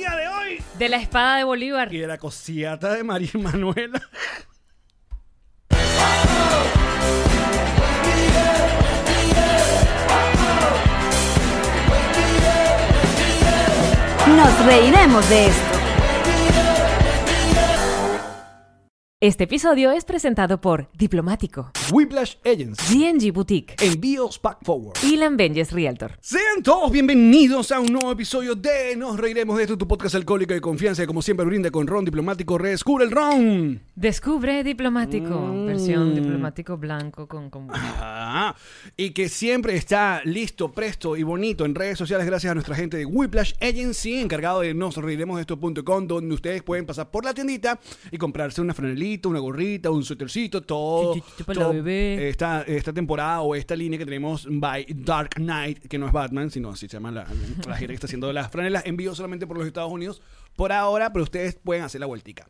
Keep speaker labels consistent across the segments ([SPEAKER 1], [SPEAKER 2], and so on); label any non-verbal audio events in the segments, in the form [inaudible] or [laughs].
[SPEAKER 1] día de hoy?
[SPEAKER 2] De la espada de Bolívar.
[SPEAKER 1] Y de la cosiata de María Manuela.
[SPEAKER 3] Nos reiremos de esto.
[SPEAKER 2] Este episodio es presentado por Diplomático,
[SPEAKER 1] Whiplash Agency.
[SPEAKER 2] GNG Boutique,
[SPEAKER 1] Envíos Pack Forward.
[SPEAKER 2] Ilan Benjes Realtor.
[SPEAKER 1] Sean todos bienvenidos a un nuevo episodio de Nos Reiremos de esto, tu podcast alcohólico de confianza que como siempre brinda con Ron Diplomático. Redescubre el Ron.
[SPEAKER 2] Descubre Diplomático, versión diplomático blanco con combustible.
[SPEAKER 1] Ah, y que siempre está listo, presto y bonito en redes sociales gracias a nuestra gente de Whiplash Agency, encargado de nosreiremosdeesto.com, donde ustedes pueden pasar por la tiendita y comprarse una franelita, una gorrita, un suétercito, todo.
[SPEAKER 2] Chichichito para la
[SPEAKER 1] todo,
[SPEAKER 2] bebé.
[SPEAKER 1] Esta, esta temporada o esta línea que tenemos by Dark Knight, que no es Batman, sino así se llama la, la gente que está haciendo las franelas, envío solamente por los Estados Unidos por ahora, pero ustedes pueden hacer la vueltica.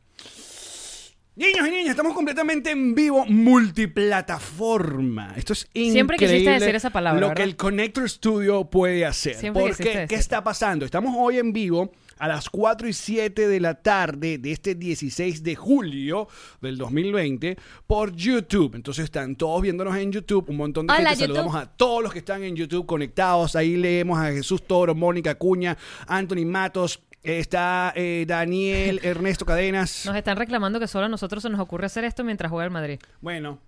[SPEAKER 1] Niños y niñas, estamos completamente en vivo, multiplataforma. Esto es increíble.
[SPEAKER 2] Siempre quisiste decir esa palabra,
[SPEAKER 1] Lo que
[SPEAKER 2] ¿verdad?
[SPEAKER 1] el Connector Studio puede hacer.
[SPEAKER 2] Siempre
[SPEAKER 1] Porque,
[SPEAKER 2] quisiste
[SPEAKER 1] ¿qué
[SPEAKER 2] decirlo.
[SPEAKER 1] está pasando? Estamos hoy en vivo a las 4 y 7 de la tarde de este 16 de julio del 2020 por YouTube. Entonces están todos viéndonos en YouTube, un montón de
[SPEAKER 2] Hola,
[SPEAKER 1] gente.
[SPEAKER 2] YouTube.
[SPEAKER 1] Saludamos a todos los que están en YouTube conectados. Ahí leemos a Jesús Toro, Mónica Cuña, Anthony Matos. Está eh,
[SPEAKER 2] [laughs]
[SPEAKER 1] Daniel Ernesto Cadenas.
[SPEAKER 2] Nos están reclamando que solo a nosotros se nos ocurre hacer esto mientras juega el Madrid.
[SPEAKER 1] Bueno.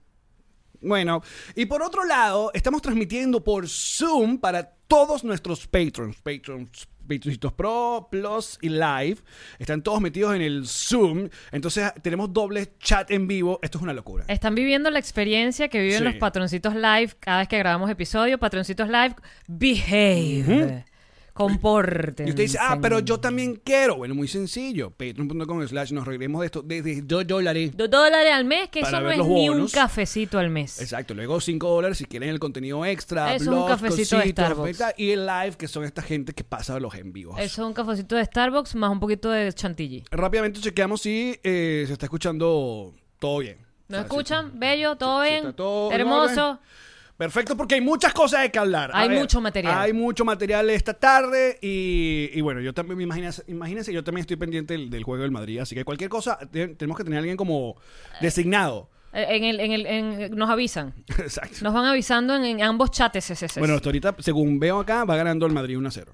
[SPEAKER 1] Bueno, y por otro lado, estamos transmitiendo por Zoom para todos nuestros patrons, patrons, patroncitos pro, plus y live. Están todos metidos en el Zoom, entonces tenemos doble chat en vivo. Esto es una locura.
[SPEAKER 2] Están viviendo la experiencia que viven
[SPEAKER 1] Sí.
[SPEAKER 2] los patroncitos live cada vez que grabamos episodio. Patroncitos live, behave. Comporten.
[SPEAKER 1] Y usted dice, ah, pero yo también quiero. Bueno, muy sencillo. Patreon.com slash nos reiremos de esto desde 2 dólares.
[SPEAKER 2] Dos dólares al mes, que
[SPEAKER 1] Para
[SPEAKER 2] eso no
[SPEAKER 1] ver
[SPEAKER 2] es
[SPEAKER 1] los
[SPEAKER 2] ni un
[SPEAKER 1] bonos.
[SPEAKER 2] cafecito al mes.
[SPEAKER 1] Exacto, luego 5 dólares si quieren el contenido extra.
[SPEAKER 2] Eso es un
[SPEAKER 1] blogs,
[SPEAKER 2] cafecito de
[SPEAKER 1] cositas,
[SPEAKER 2] Starbucks.
[SPEAKER 1] tal, Y el live, que son esta gente que pasa los en vivos.
[SPEAKER 2] Eso es un cafecito de Starbucks más un poquito de chantilly.
[SPEAKER 1] Rápidamente chequeamos si eh, se está escuchando todo bien. O
[SPEAKER 2] ¿Nos
[SPEAKER 1] sea,
[SPEAKER 2] escuchan?
[SPEAKER 1] si-
[SPEAKER 2] Bello, todo
[SPEAKER 1] si
[SPEAKER 2] bien.
[SPEAKER 1] está todo en
[SPEAKER 2] Hermoso.
[SPEAKER 1] orden. Perfecto, porque hay muchas cosas de que hablar. A
[SPEAKER 2] Hay mucho material.
[SPEAKER 1] Hay mucho material esta tarde y, y bueno, yo también, me imaginas- imagínense, yo también estoy pendiente del, del juego del Madrid, así que cualquier cosa te- tenemos que tener a alguien como designado. [laughs]
[SPEAKER 2] Eh, En el, en el, en- nos avisan.
[SPEAKER 1] Exacto.
[SPEAKER 2] Nos van avisando en, en ambos chats. ese, ese, ese.
[SPEAKER 1] Bueno, hasta ahorita, según veo acá, va ganando el Madrid 1-0.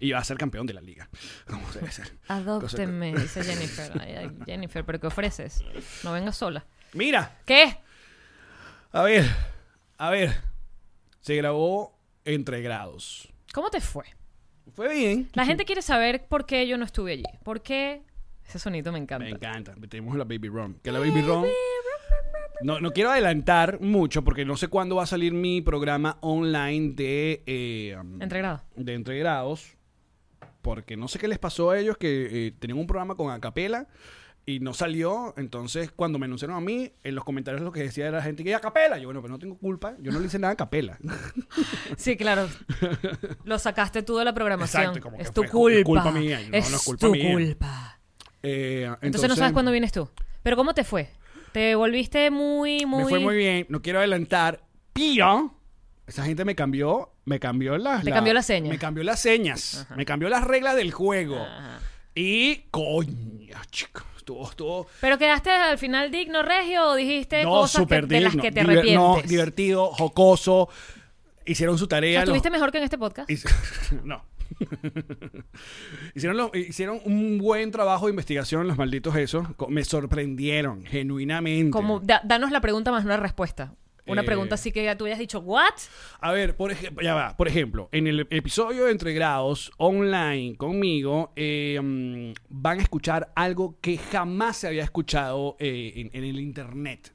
[SPEAKER 1] Y va a ser campeón de la liga. [laughs] ¿Cómo debe ser?
[SPEAKER 2] Adópteme, dice Jennifer. Ay,
[SPEAKER 1] [laughs]
[SPEAKER 2] ay, Jennifer, ¿pero qué ofreces? No vengas sola.
[SPEAKER 1] Mira,
[SPEAKER 2] ¿Qué?
[SPEAKER 1] a ver, a ver. Se grabó entre grados.
[SPEAKER 2] ¿Cómo te fue?
[SPEAKER 1] Fue bien.
[SPEAKER 2] La gente quiere saber por qué yo no estuve allí. ¿Por qué? Ese sonido me encanta.
[SPEAKER 1] Me encanta. Tenemos la Baby Rom. Que la Baby Rom. No, no quiero adelantar mucho porque no sé cuándo va a salir mi programa online de. eh, um,
[SPEAKER 2] Entregrado.
[SPEAKER 1] De entregrados. Porque no sé qué les pasó a ellos que eh, tenían un programa con acapela y no salió. Entonces, cuando me anunciaron a mí, en los comentarios lo que decía era la gente que acapela. Yo, bueno, pero no tengo culpa. Yo no le hice nada a acapela. [laughs]
[SPEAKER 2] Sí, claro. Lo sacaste tú de la programación.
[SPEAKER 1] Exacto, como que
[SPEAKER 2] es tu
[SPEAKER 1] fue
[SPEAKER 2] culpa.
[SPEAKER 1] culpa mía. No, no
[SPEAKER 2] es
[SPEAKER 1] es culpa
[SPEAKER 2] tu
[SPEAKER 1] mía.
[SPEAKER 2] culpa.
[SPEAKER 1] [laughs] Eh,
[SPEAKER 2] Entonces, no sabes cuándo vienes tú. Pero ¿cómo te fue? Te volviste muy, muy...
[SPEAKER 1] Me fue muy bien, no quiero adelantar, pero esa gente me cambió, me cambió las...
[SPEAKER 2] Te cambió las señas.
[SPEAKER 1] Me cambió las señas, me cambió las reglas del juego.
[SPEAKER 2] Ajá.
[SPEAKER 1] Y coño, chicos, estuvo, estuvo...
[SPEAKER 2] Pero quedaste al final digno, Regio, o dijiste
[SPEAKER 1] No,
[SPEAKER 2] cosas que-
[SPEAKER 1] súper
[SPEAKER 2] de las
[SPEAKER 1] digno,
[SPEAKER 2] que te
[SPEAKER 1] diver-
[SPEAKER 2] arrepientes.
[SPEAKER 1] No, divertido, jocoso, hicieron su
[SPEAKER 2] O
[SPEAKER 1] tarea. los-
[SPEAKER 2] sea,
[SPEAKER 1] [laughs]
[SPEAKER 2] ¿Estuviste mejor que en este podcast?
[SPEAKER 1] Hic- [laughs] no. hicieron, lo- hicieron un buen trabajo de investigación los malditos esos. Co- Me sorprendieron, genuinamente.
[SPEAKER 2] Como, da- danos la pregunta más una respuesta. Una
[SPEAKER 1] Eh.
[SPEAKER 2] pregunta así que ya tú hayas dicho, ¿what?
[SPEAKER 1] A ver, por ejemplo, ya va. Por ejemplo, en el episodio de Entre Grados online conmigo, eh, mm, van a escuchar algo que jamás se había escuchado eh, en, en el internet.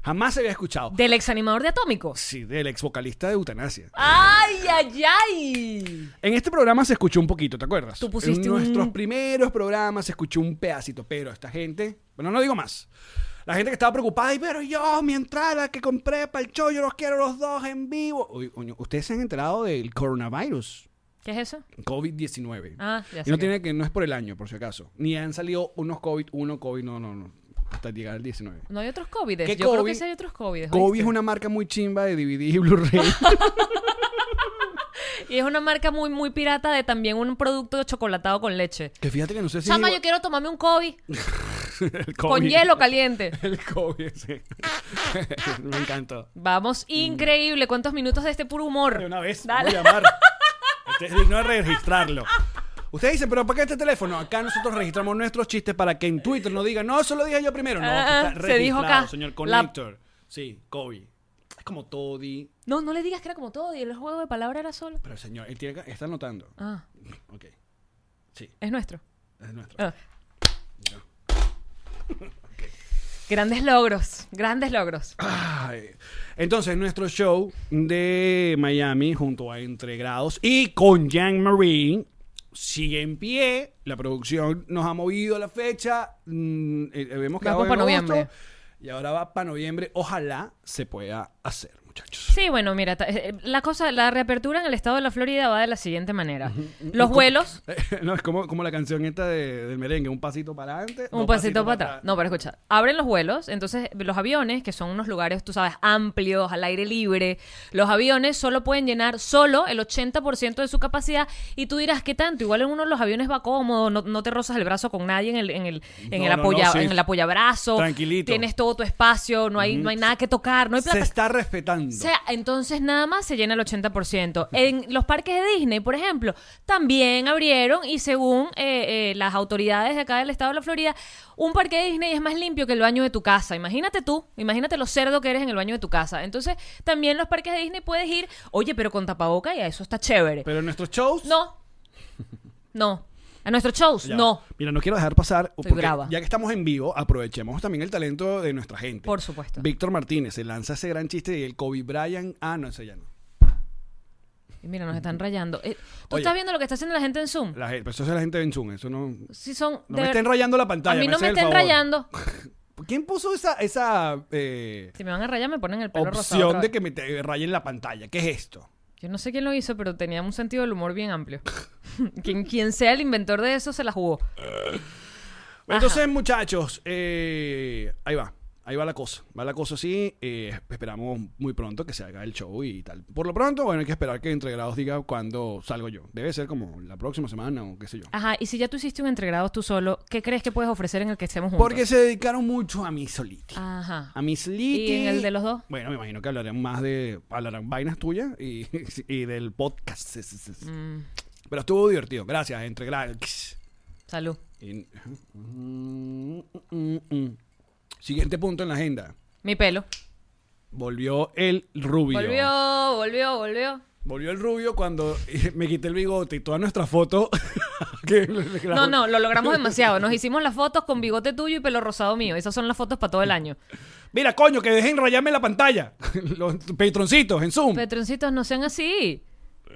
[SPEAKER 1] Jamás se había escuchado.
[SPEAKER 2] Del ex animador de Atómicos.
[SPEAKER 1] Sí, del ex vocalista de Eutanasia.
[SPEAKER 2] ¡Ay, ay, ay!
[SPEAKER 1] En este programa se escuchó un poquito, ¿te acuerdas?
[SPEAKER 2] Tú pusiste
[SPEAKER 1] en nuestros
[SPEAKER 2] un-
[SPEAKER 1] primeros programas se escuchó un pedacito, pero esta gente, bueno, no digo más. La gente que estaba preocupada, y pero yo, mi entrada que compré para el show, yo los quiero los dos en vivo. Oye, coño, ustedes se han enterado del coronavirus,
[SPEAKER 2] ¿Qué es eso?
[SPEAKER 1] COVID-19.
[SPEAKER 2] Ah, ya
[SPEAKER 1] y
[SPEAKER 2] sé.
[SPEAKER 1] no
[SPEAKER 2] qué.
[SPEAKER 1] tiene que, no es por el año, por si acaso. Ni han salido unos COVID, uno COVID, no, no, no. Hasta llegar al 19.
[SPEAKER 2] No hay otros COVID.
[SPEAKER 1] ¿Qué
[SPEAKER 2] Yo creo
[SPEAKER 1] COVID?
[SPEAKER 2] que sí hay otros COVID.
[SPEAKER 1] COVID es una marca muy chimba de DVD y
[SPEAKER 2] [laughs]
[SPEAKER 1] Blu-ray.
[SPEAKER 2] Y es una marca muy, muy pirata de también un producto de chocolatado con leche.
[SPEAKER 1] que fíjate que no sé si.
[SPEAKER 2] Chama,
[SPEAKER 1] [laughs]
[SPEAKER 2] yo quiero tomarme un COVID,
[SPEAKER 1] el
[SPEAKER 2] con
[SPEAKER 1] COVID.
[SPEAKER 2] hielo caliente.
[SPEAKER 1] El COVID, sí. [laughs] Me encantó.
[SPEAKER 2] Vamos, increíble. ¿Cuántos minutos de este puro
[SPEAKER 1] De
[SPEAKER 2] humor?
[SPEAKER 1] una vez,
[SPEAKER 2] Dale.
[SPEAKER 1] voy a
[SPEAKER 2] [laughs]
[SPEAKER 1] llamar. Este es digno de registrarlo. Ustedes dicen, pero ¿para qué este teléfono? Acá nosotros registramos nuestros chistes para que en Twitter no digan, no, eso lo dije yo primero. No,
[SPEAKER 2] Ah,
[SPEAKER 1] está
[SPEAKER 2] se dijo
[SPEAKER 1] registrado,
[SPEAKER 2] acá.
[SPEAKER 1] señor
[SPEAKER 2] La-
[SPEAKER 1] Connector. Sí, COVID. Es como Toddy.
[SPEAKER 2] No, no le digas que era como todo y el juego de palabras era solo.
[SPEAKER 1] Pero señor, él tiene que- está anotando.
[SPEAKER 2] Ah,
[SPEAKER 1] Ok,
[SPEAKER 2] es nuestro.
[SPEAKER 1] es nuestro.
[SPEAKER 2] Ah. Grandes logros, grandes logros.
[SPEAKER 1] Ay. Entonces, nuestro show de Miami junto a Entre Grados y con Jean Marie sigue en pie. La producción nos ha movido la fecha. Mm, eh, hemos
[SPEAKER 2] Va
[SPEAKER 1] quedado en
[SPEAKER 2] para
[SPEAKER 1] agosto.
[SPEAKER 2] noviembre.
[SPEAKER 1] Y ahora va para noviembre. Ojalá se pueda hacer, muchachos. [laughs]
[SPEAKER 2] Sí, bueno, mira, ta- eh, la cosa, la reapertura en el estado de la Florida va de la siguiente manera. Los vuelos,
[SPEAKER 1] no, es como, como la canción esta de- del merengue. Un pasito para adelante. dos
[SPEAKER 2] un pasito
[SPEAKER 1] pasitos
[SPEAKER 2] para atrás. No, pero escucha, abren los vuelos, entonces los aviones, que son unos lugares, tú sabes, amplios, al aire libre, los aviones solo pueden llenar solo el 80% de su capacidad y tú dirás, ¿qué tanto? Igual en uno de los aviones va cómodo, no, no te rozas el brazo con nadie en el, en el, en
[SPEAKER 1] No,
[SPEAKER 2] el,
[SPEAKER 1] no, no,
[SPEAKER 2] apoya-
[SPEAKER 1] sí.
[SPEAKER 2] en el apoyabrazo.
[SPEAKER 1] Tranquilito.
[SPEAKER 2] Tienes todo tu espacio, no hay, no hay nada que tocar, no hay
[SPEAKER 1] Se
[SPEAKER 2] plata
[SPEAKER 1] está respetando.
[SPEAKER 2] O sea, entonces nada más se llena el 80%. En los parques de Disney, por ejemplo, también abrieron y según eh, eh, las autoridades de acá del estado de la Florida, un parque de Disney es más limpio que el baño de tu casa. Imagínate tú, imagínate lo cerdo que eres en el baño de tu casa. Entonces, también los parques de Disney puedes ir, oye, pero con tapaboca y a eso está chévere.
[SPEAKER 1] Pero en nuestros shows.
[SPEAKER 2] No, no. A nuestros shows,
[SPEAKER 1] Ya
[SPEAKER 2] no.
[SPEAKER 1] va. Mira, no quiero dejar pasar.
[SPEAKER 2] Estoy
[SPEAKER 1] porque
[SPEAKER 2] brava.
[SPEAKER 1] Ya que estamos en vivo, aprovechemos también el talento de nuestra gente.
[SPEAKER 2] Por supuesto.
[SPEAKER 1] Víctor Martínez se lanza ese gran chiste y el Kobe Bryant. Ah, no, ese ya no.
[SPEAKER 2] Y Mira, nos están rayando. Eh, ¿Tú
[SPEAKER 1] Oye.
[SPEAKER 2] estás viendo lo que está haciendo la gente en Zoom?
[SPEAKER 1] La gente, pero eso es la gente de Zoom. Eso no. No
[SPEAKER 2] Si son de
[SPEAKER 1] me
[SPEAKER 2] ver-
[SPEAKER 1] estén rayando la
[SPEAKER 2] A
[SPEAKER 1] pantalla.
[SPEAKER 2] mí no
[SPEAKER 1] hacen
[SPEAKER 2] me
[SPEAKER 1] el
[SPEAKER 2] estén
[SPEAKER 1] favor.
[SPEAKER 2] rayando.
[SPEAKER 1] ¿Quién puso esa, esa eh,
[SPEAKER 2] Si me van a rayar, me ponen el pelo rosado.
[SPEAKER 1] opción
[SPEAKER 2] otra
[SPEAKER 1] de
[SPEAKER 2] vez.
[SPEAKER 1] que me te- rayen la pantalla? ¿Qué es esto?
[SPEAKER 2] Yo no sé quién lo hizo, pero tenía un sentido del humor bien amplio. [laughs] quien, quien sea el inventor de eso se la jugó.
[SPEAKER 1] Entonces, muchachos, eh, ahí va. Ahí va la cosa. Va la cosa así. eh, esperamos muy pronto que se haga el show y tal. Por lo pronto, bueno, hay que esperar que Entre Grados diga cuándo salgo yo. Debe ser como la próxima semana o qué sé yo.
[SPEAKER 2] Ajá, y si ya tú hiciste un entregrados tú solo, ¿qué crees que puedes ofrecer en el que estemos juntos?
[SPEAKER 1] Porque se dedicaron mucho a mi soliti.
[SPEAKER 2] Ajá.
[SPEAKER 1] A mi soliti.
[SPEAKER 2] ¿Y en el de los dos?
[SPEAKER 1] Bueno, me imagino que hablarán más de. Hablarán vainas tuyas y, [laughs] y del podcast. Sí, sí, sí, sí.
[SPEAKER 2] Mm,
[SPEAKER 1] Pero estuvo divertido. Gracias, Entre Grados.
[SPEAKER 2] salud.
[SPEAKER 1] Y- Mm, mm, mm. Siguiente punto en la agenda.
[SPEAKER 2] Mi pelo.
[SPEAKER 1] Volvió el rubio.
[SPEAKER 2] Volvió, volvió, volvió.
[SPEAKER 1] Volvió el rubio cuando [laughs] me quité el bigote y todas nuestras fotos. [laughs] que-
[SPEAKER 2] No, no,
[SPEAKER 1] [laughs]
[SPEAKER 2] lo logramos demasiado. Nos hicimos las fotos con bigote tuyo y pelo rosado mío. Esas son las fotos para todo el año.
[SPEAKER 1] Mira, coño, que dejen rayarme la pantalla. [laughs] Los patroncitos en Zoom.
[SPEAKER 2] Petroncitos, no sean así.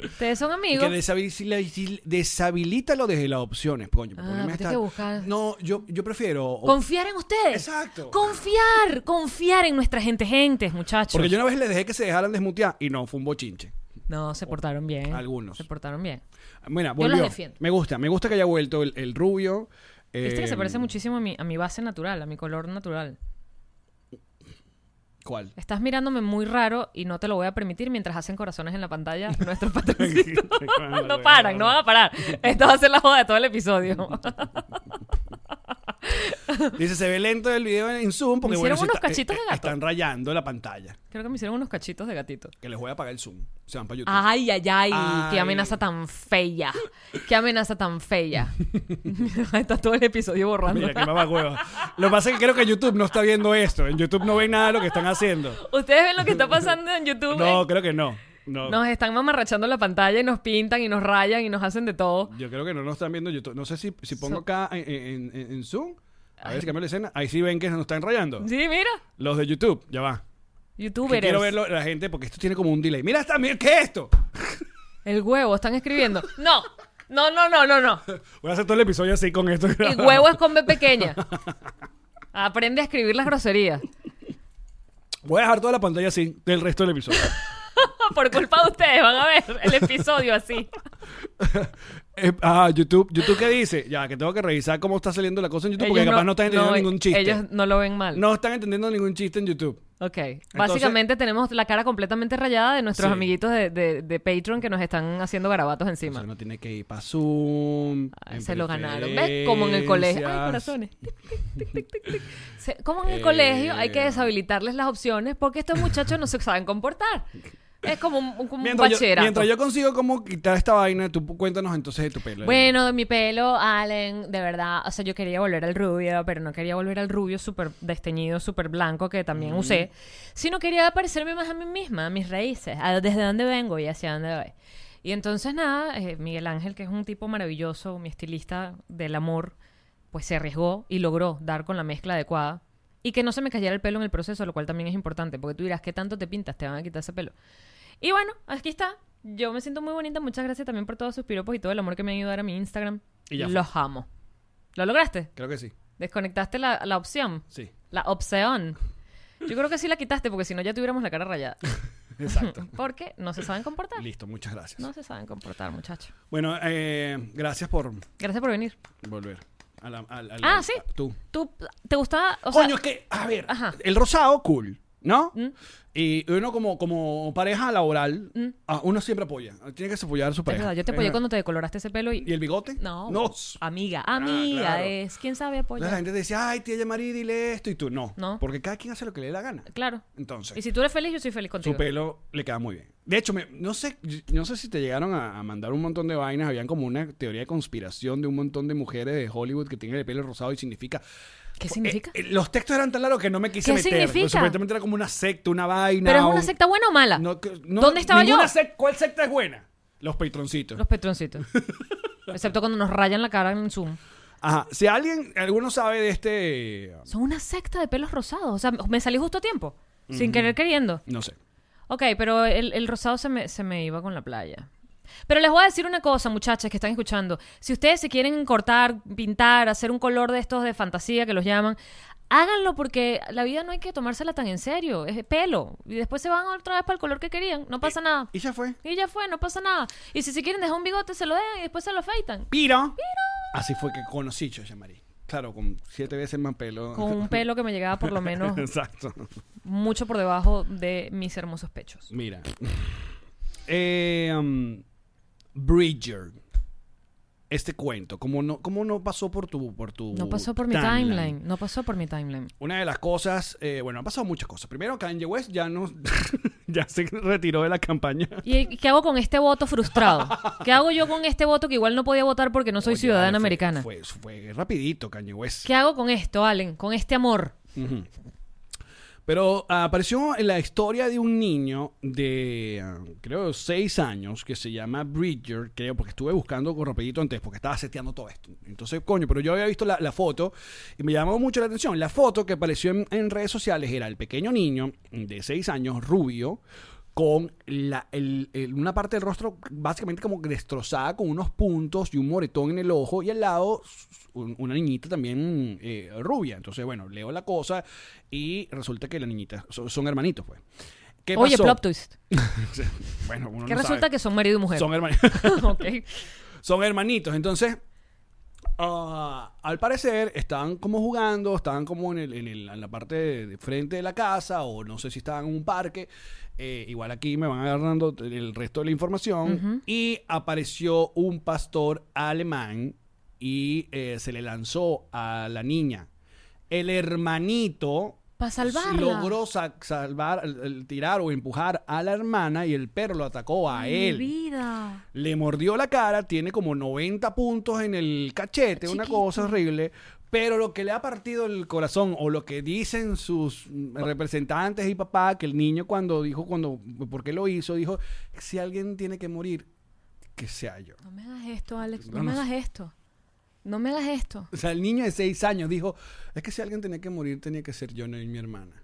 [SPEAKER 2] Ustedes son
[SPEAKER 1] Y
[SPEAKER 2] amigos.
[SPEAKER 1] que deshabili- deshabilítalo desde las opciones, coño.
[SPEAKER 2] Ah,
[SPEAKER 1] poneme
[SPEAKER 2] pero
[SPEAKER 1] esta-
[SPEAKER 2] hay que buscar.
[SPEAKER 1] No, yo, yo prefiero.
[SPEAKER 2] Confiar en ustedes.
[SPEAKER 1] Exacto.
[SPEAKER 2] Confiar, confiar en nuestra gente, gentes, muchachos.
[SPEAKER 1] Porque yo una vez les dejé que se dejaran desmutear y no, fue un bochinche.
[SPEAKER 2] No, se portaron bien.
[SPEAKER 1] Algunos.
[SPEAKER 2] Se portaron bien.
[SPEAKER 1] Mira,
[SPEAKER 2] Yo los
[SPEAKER 1] volvió.
[SPEAKER 2] defiendo.
[SPEAKER 1] Me gusta, me gusta que haya vuelto el, el rubio.
[SPEAKER 2] Viste que
[SPEAKER 1] eh,
[SPEAKER 2] se parece muchísimo a mi, a mi base natural, a mi color natural.
[SPEAKER 1] ¿Cuál?
[SPEAKER 2] Estás mirándome muy raro y no te lo voy a permitir mientras hacen corazones en
[SPEAKER 1] [laughs]
[SPEAKER 2] la pantalla nuestros patroncitos. [laughs] no paran, no van a parar.
[SPEAKER 1] [laughs]
[SPEAKER 2] Esto va a ser la joda de todo el episodio. [laughs]
[SPEAKER 1] Dice, se ve lento el video en Zoom porque
[SPEAKER 2] Me
[SPEAKER 1] bueno,
[SPEAKER 2] hicieron
[SPEAKER 1] se
[SPEAKER 2] unos
[SPEAKER 1] está-
[SPEAKER 2] cachitos
[SPEAKER 1] eh,
[SPEAKER 2] de
[SPEAKER 1] eh,
[SPEAKER 2] gato.
[SPEAKER 1] están rayando la pantalla.
[SPEAKER 2] Creo que me hicieron unos cachitos de gatito.
[SPEAKER 1] Que les voy a apagar el Zoom. Se van para YouTube.
[SPEAKER 2] Ay, ay, ay,
[SPEAKER 1] Ay.
[SPEAKER 2] qué amenaza tan fea. Qué amenaza tan fea. [laughs] Está todo el episodio borrando.
[SPEAKER 1] Mira, qué mamá hueva. Lo que pasa es que creo que YouTube no está viendo esto. En YouTube no ven nada de lo que están haciendo.
[SPEAKER 2] [laughs] Ustedes ven lo que está pasando
[SPEAKER 1] [laughs]
[SPEAKER 2] en YouTube. Eh,
[SPEAKER 1] No, creo que no. No.
[SPEAKER 2] Nos están mamarrachando la pantalla y nos pintan y nos rayan y nos hacen de todo.
[SPEAKER 1] Yo creo que no nos están viendo en YouTube. No sé si, si pongo
[SPEAKER 2] So-
[SPEAKER 1] acá en, en- en- en Zoom. A ver si cambio la escena. Ahí sí ven que nos están rayando.
[SPEAKER 2] Sí, mira.
[SPEAKER 1] Los de YouTube, ya va. Que
[SPEAKER 2] Youtuberes.
[SPEAKER 1] quiero verlo la gente porque esto tiene como un delay. Mira también qué es esto. [laughs]
[SPEAKER 2] El huevo, están [laughs] escribiendo. No, no, no, no, no, no.
[SPEAKER 1] Voy a hacer todo el episodio así con esto.
[SPEAKER 2] El huevo es con B [laughs] pequeña. Aprende a escribir las groserías.
[SPEAKER 1] Voy a dejar toda la pantalla así del resto del episodio.
[SPEAKER 2] [laughs] Por culpa de ustedes van a ver el episodio [laughs] así.
[SPEAKER 1] Eh, ah, YouTube, YouTube qué dice? Ya que tengo que revisar cómo está saliendo la cosa en YouTube porque
[SPEAKER 2] Ellos
[SPEAKER 1] capaz no, están entendiendo
[SPEAKER 2] no,
[SPEAKER 1] ningún chiste.
[SPEAKER 2] Ellos no lo ven mal.
[SPEAKER 1] No están entendiendo ningún chiste en YouTube.
[SPEAKER 2] Ok. Básicamente tenemos la cara completamente rayada de nuestros
[SPEAKER 1] Sí.
[SPEAKER 2] amiguitos de, de, de Patreon que nos están haciendo
[SPEAKER 1] O
[SPEAKER 2] garabatos
[SPEAKER 1] sea,
[SPEAKER 2] encima.
[SPEAKER 1] no tiene que ir para Zoom.
[SPEAKER 2] Ay,
[SPEAKER 1] en
[SPEAKER 2] Ah, se lo ganaron. ¿Ves? Como en el colegio. Ay, corazones. Tic, tic, tic, tic, tic. Se- Como en el
[SPEAKER 1] Eh.
[SPEAKER 2] colegio hay que deshabilitarles las opciones porque estos muchachos no se saben comportar. Es como un, un- como un
[SPEAKER 1] Mientras yo,
[SPEAKER 2] bachillerato.
[SPEAKER 1] mientras yo consigo cómo quitar esta vaina, tú cuéntanos entonces de tu pelo.
[SPEAKER 2] Bueno, de mi pelo, Allen, de verdad, o sea, yo quería volver al rubio, pero no quería volver al rubio súper desteñido, súper blanco que
[SPEAKER 1] Mm.
[SPEAKER 2] también usé, sino quería parecerme más a mí misma, a mis raíces, a desde dónde vengo y hacia dónde voy. Y entonces nada, eh, Miguel Ángel, que es un tipo maravilloso, mi estilista del amor, pues se arriesgó y logró dar con la mezcla adecuada. Y que no se me cayera el pelo en el proceso, lo cual también es importante, porque tú dirás, ¿qué tanto te pintas? Te van a quitar ese pelo. Y bueno, aquí está. Yo me siento muy bonita. Muchas gracias también por todos sus piropos y todo el amor que me han ido a dar a mi Instagram.
[SPEAKER 1] Y ya fue.
[SPEAKER 2] Los amo. ¿Lo lograste?
[SPEAKER 1] Creo que sí.
[SPEAKER 2] Desconectaste la, la opción.
[SPEAKER 1] Sí.
[SPEAKER 2] La opción. Yo creo que sí la quitaste porque si no ya tuviéramos la cara rayada.
[SPEAKER 1] [laughs] Exacto.
[SPEAKER 2] [laughs] Porque no se saben comportar.
[SPEAKER 1] Listo, muchas gracias.
[SPEAKER 2] No se saben comportar, muchachos.
[SPEAKER 1] Bueno, eh, gracias por
[SPEAKER 2] Gracias por venir.
[SPEAKER 1] volver. a la- al- al-
[SPEAKER 2] Ah, sí.
[SPEAKER 1] a- tú.
[SPEAKER 2] ¿Tú te gustaba? O sea,
[SPEAKER 1] Coño, es que, a ver,
[SPEAKER 2] Ajá. Mm.
[SPEAKER 1] el rosado, cool, ¿no? Y uno como, como pareja laboral, ah, uno siempre apoya. Tiene que apoyar a su
[SPEAKER 2] es
[SPEAKER 1] pareja.
[SPEAKER 2] verdad, yo te
[SPEAKER 1] Es
[SPEAKER 2] apoyé
[SPEAKER 1] verdad.
[SPEAKER 2] cuando te decoloraste ese pelo y...
[SPEAKER 1] ¿Y el bigote?
[SPEAKER 2] No.
[SPEAKER 1] No.
[SPEAKER 2] Amiga,
[SPEAKER 1] Ah,
[SPEAKER 2] amiga
[SPEAKER 1] claro.
[SPEAKER 2] es... ¿Quién sabe
[SPEAKER 1] Entonces
[SPEAKER 2] apoyar?
[SPEAKER 1] la gente te dice, ay, tía María, dile esto. Y tú, no.
[SPEAKER 2] No.
[SPEAKER 1] Porque cada quien hace lo que le dé la gana.
[SPEAKER 2] Claro.
[SPEAKER 1] Entonces,
[SPEAKER 2] Y si tú eres feliz, yo soy feliz
[SPEAKER 1] su
[SPEAKER 2] contigo.
[SPEAKER 1] pelo le queda muy bien. De hecho, me- no, sé, no sé si te llegaron a, a mandar un montón de vainas. Habían como una teoría de conspiración de un montón de mujeres de Hollywood que tienen el pelo rosado y significa...
[SPEAKER 2] ¿Qué significa?
[SPEAKER 1] Eh, eh, los textos eran tan largos que no me quise
[SPEAKER 2] ¿Qué
[SPEAKER 1] meter.
[SPEAKER 2] significa?
[SPEAKER 1] Pues, Supuestamente era como una secta, una vaina.
[SPEAKER 2] ¿Pero es una
[SPEAKER 1] un-
[SPEAKER 2] secta buena o mala?
[SPEAKER 1] No, que- no,
[SPEAKER 2] ¿Dónde estaba yo?
[SPEAKER 1] ninguna sec- ¿Cuál secta es buena? Los patroncitos.
[SPEAKER 2] Los
[SPEAKER 1] [laughs]
[SPEAKER 2] petroncitos. Excepto cuando nos rayan la cara en Zoom.
[SPEAKER 1] Ajá. Si alguien, alguno sabe de este...
[SPEAKER 2] Son una secta de pelos rosados. O sea, me salí justo a tiempo. Sin querer queriendo.
[SPEAKER 1] No sé.
[SPEAKER 2] Ok, pero el, el rosado se me, se me iba con la playa. Pero les voy a decir una cosa, muchachas que están escuchando. Si ustedes se quieren cortar, pintar, hacer un color de estos de fantasía que los llaman, háganlo porque la vida no hay que tomársela tan en serio. Es pelo. Y después se van otra vez para el color que querían. No pasa nada.
[SPEAKER 1] Y ya fue.
[SPEAKER 2] Y ya fue, no pasa nada. Y si se quieren dejar un bigote, se lo dejan y después se lo afeitan.
[SPEAKER 1] Piro. Así fue que conocí yo a María. Claro, con siete veces más pelo.
[SPEAKER 2] Con un pelo que me llegaba por lo menos
[SPEAKER 1] [laughs] Exacto.
[SPEAKER 2] mucho por debajo de mis hermosos pechos.
[SPEAKER 1] Mira. Eh, um, Bridger. Este cuento, ¿cómo no, cómo no pasó por tu, por tu
[SPEAKER 2] No pasó por mi timeline. No pasó por mi timeline.
[SPEAKER 1] Una de las cosas, eh, bueno, han pasado muchas cosas. Primero, Kanye West ya, no, [laughs] ya se retiró de la campaña.
[SPEAKER 2] ¿Y qué hago con este voto frustrado? ¿Qué hago yo con este voto que igual no podía votar porque no soy
[SPEAKER 1] Oye,
[SPEAKER 2] ciudadana
[SPEAKER 1] vale, fue-
[SPEAKER 2] americana?
[SPEAKER 1] Fue, fue rapidito, Kanye West.
[SPEAKER 2] ¿Qué hago con esto, Allen? Con este amor.
[SPEAKER 1] Ujú. Pero ah, apareció en la historia de un niño de, ah, creo, seis años, que se llama Bridger, creo, porque estuve buscando con rapidito antes, porque estaba seteando todo esto. Entonces, coño, pero yo había visto la, la foto y me llamó mucho la atención. La foto que apareció en, en redes sociales era el pequeño niño de seis años, rubio, con la- el- el- una parte del rostro básicamente como destrozada con unos puntos y un moretón en el ojo y al lado s- un- una niñita también eh, rubia. Entonces, bueno, leo la cosa y resulta que la niñita so- son hermanitos, pues. ¿Qué
[SPEAKER 2] Oye,
[SPEAKER 1] pasó?
[SPEAKER 2] plot
[SPEAKER 1] [laughs]
[SPEAKER 2] twist.
[SPEAKER 1] bueno, uno
[SPEAKER 2] Que
[SPEAKER 1] no
[SPEAKER 2] resulta
[SPEAKER 1] sabe.
[SPEAKER 2] que son marido y mujer.
[SPEAKER 1] son hermanitos.
[SPEAKER 2] [laughs] Ok.
[SPEAKER 1] son hermanitos. Entonces, ah, al parecer, estaban como jugando, estaban como en, el- en el- en la parte de, de frente de la casa, o no sé si estaban en un parque. Eh, igual aquí me van agarrando el resto de la información. Y apareció un pastor alemán y eh, se le lanzó a la niña. El hermanito
[SPEAKER 2] Para salvarla.
[SPEAKER 1] logró sa- salvar, el- el tirar o empujar a la hermana y el perro lo atacó a
[SPEAKER 2] Ay, mi
[SPEAKER 1] él.
[SPEAKER 2] vida.
[SPEAKER 1] Le mordió la cara, tiene como 90 puntos en el cachete, una
[SPEAKER 2] Chiquito.
[SPEAKER 1] cosa horrible. Pero lo que le ha partido el corazón, o lo que dicen sus mm, representantes y papá, que el niño cuando dijo, cuando, ¿por qué lo hizo? Dijo, si alguien tiene que morir, que sea yo.
[SPEAKER 2] No me hagas esto, Alex. No,
[SPEAKER 1] No,
[SPEAKER 2] me
[SPEAKER 1] no.
[SPEAKER 2] hagas esto. No me hagas esto.
[SPEAKER 1] O sea, el niño de 6 años dijo, es que si alguien tenía que morir, tenía que ser yo, no mi hermana.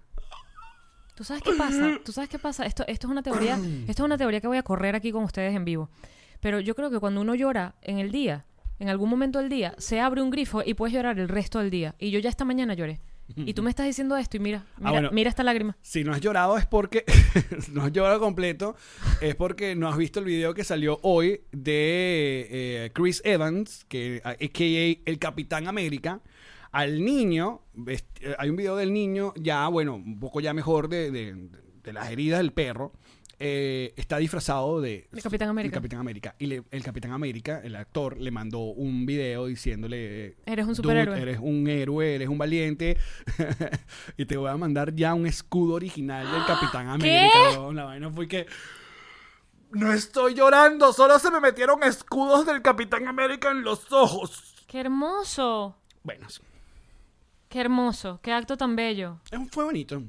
[SPEAKER 2] ¿Tú sabes qué pasa?
[SPEAKER 1] [clears throat]
[SPEAKER 2] ¿Tú sabes qué pasa? Esto, esto es una teoría, esto es una teoría que voy a correr aquí con ustedes en vivo. Pero yo creo que cuando uno llora en el día, en algún momento del día, se abre un grifo y puedes llorar el resto del día. Y yo ya esta mañana lloré. Y tú me estás diciendo esto y mira, mira,
[SPEAKER 1] Ah, bueno.
[SPEAKER 2] mira esta lágrima.
[SPEAKER 1] Si no has llorado es porque [laughs] no has llorado completo, es porque no has visto el video que salió hoy de eh, Chris Evans, que a- AKA el Capitán América, al niño, vest- eh, hay un video del niño ya, bueno, un poco ya mejor de, de- de las heridas del perro. eh, está disfrazado de,
[SPEAKER 2] De Capitán América.
[SPEAKER 1] de Capitán América. Y le- el Capitán América, el actor, le mandó un video diciéndole... eh,
[SPEAKER 2] Eres un
[SPEAKER 1] "Dude,
[SPEAKER 2] superhéroe".
[SPEAKER 1] eres un héroe, eres un valiente. [laughs] y te voy a mandar ya un escudo original del Capitán América. weón. La vaina fue que. No estoy llorando, solo se me metieron escudos del Capitán América en los ojos.
[SPEAKER 2] ¡Qué hermoso!
[SPEAKER 1] Bueno, sí.
[SPEAKER 2] ¡Qué hermoso! ¡Qué acto tan bello!
[SPEAKER 1] Es un- fue bonito.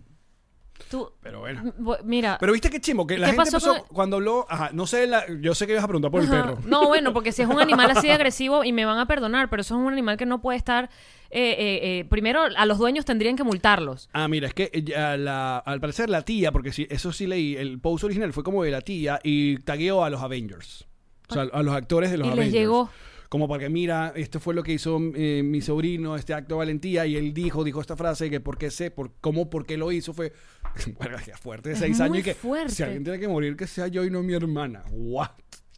[SPEAKER 2] Tú,
[SPEAKER 1] Pero bueno.
[SPEAKER 2] m- bo- mira...
[SPEAKER 1] Pero viste qué chimbo, que la
[SPEAKER 2] ¿Qué
[SPEAKER 1] gente
[SPEAKER 2] pasó
[SPEAKER 1] empezó
[SPEAKER 2] con-
[SPEAKER 1] cuando habló. Ajá, no sé, la- yo sé que ibas a preguntar por el
[SPEAKER 2] Ajá.
[SPEAKER 1] perro.
[SPEAKER 2] No, bueno, porque si es un animal así de agresivo y me van a perdonar, pero eso es un animal que no puede estar. eh, eh, eh, primero, a los dueños tendrían que multarlos.
[SPEAKER 1] Ah, mira, es que eh, ya la- al parecer la tía, porque sí, eso sí leí, el post original fue como de la tía y tagueó a los Avengers. O sea, a los actores de los
[SPEAKER 2] Y les
[SPEAKER 1] Avengers.
[SPEAKER 2] llegó.
[SPEAKER 1] Como para que, mira, esto fue lo que hizo eh, mi sobrino, este acto de valentía, y él dijo, dijo esta frase, que por qué sé, por cómo, por qué lo hizo, fue [laughs] bueno, ya fuerte de
[SPEAKER 2] Es
[SPEAKER 1] seis
[SPEAKER 2] muy
[SPEAKER 1] años y que
[SPEAKER 2] fuerte.
[SPEAKER 1] si alguien tiene que morir, que sea yo y no mi hermana. What?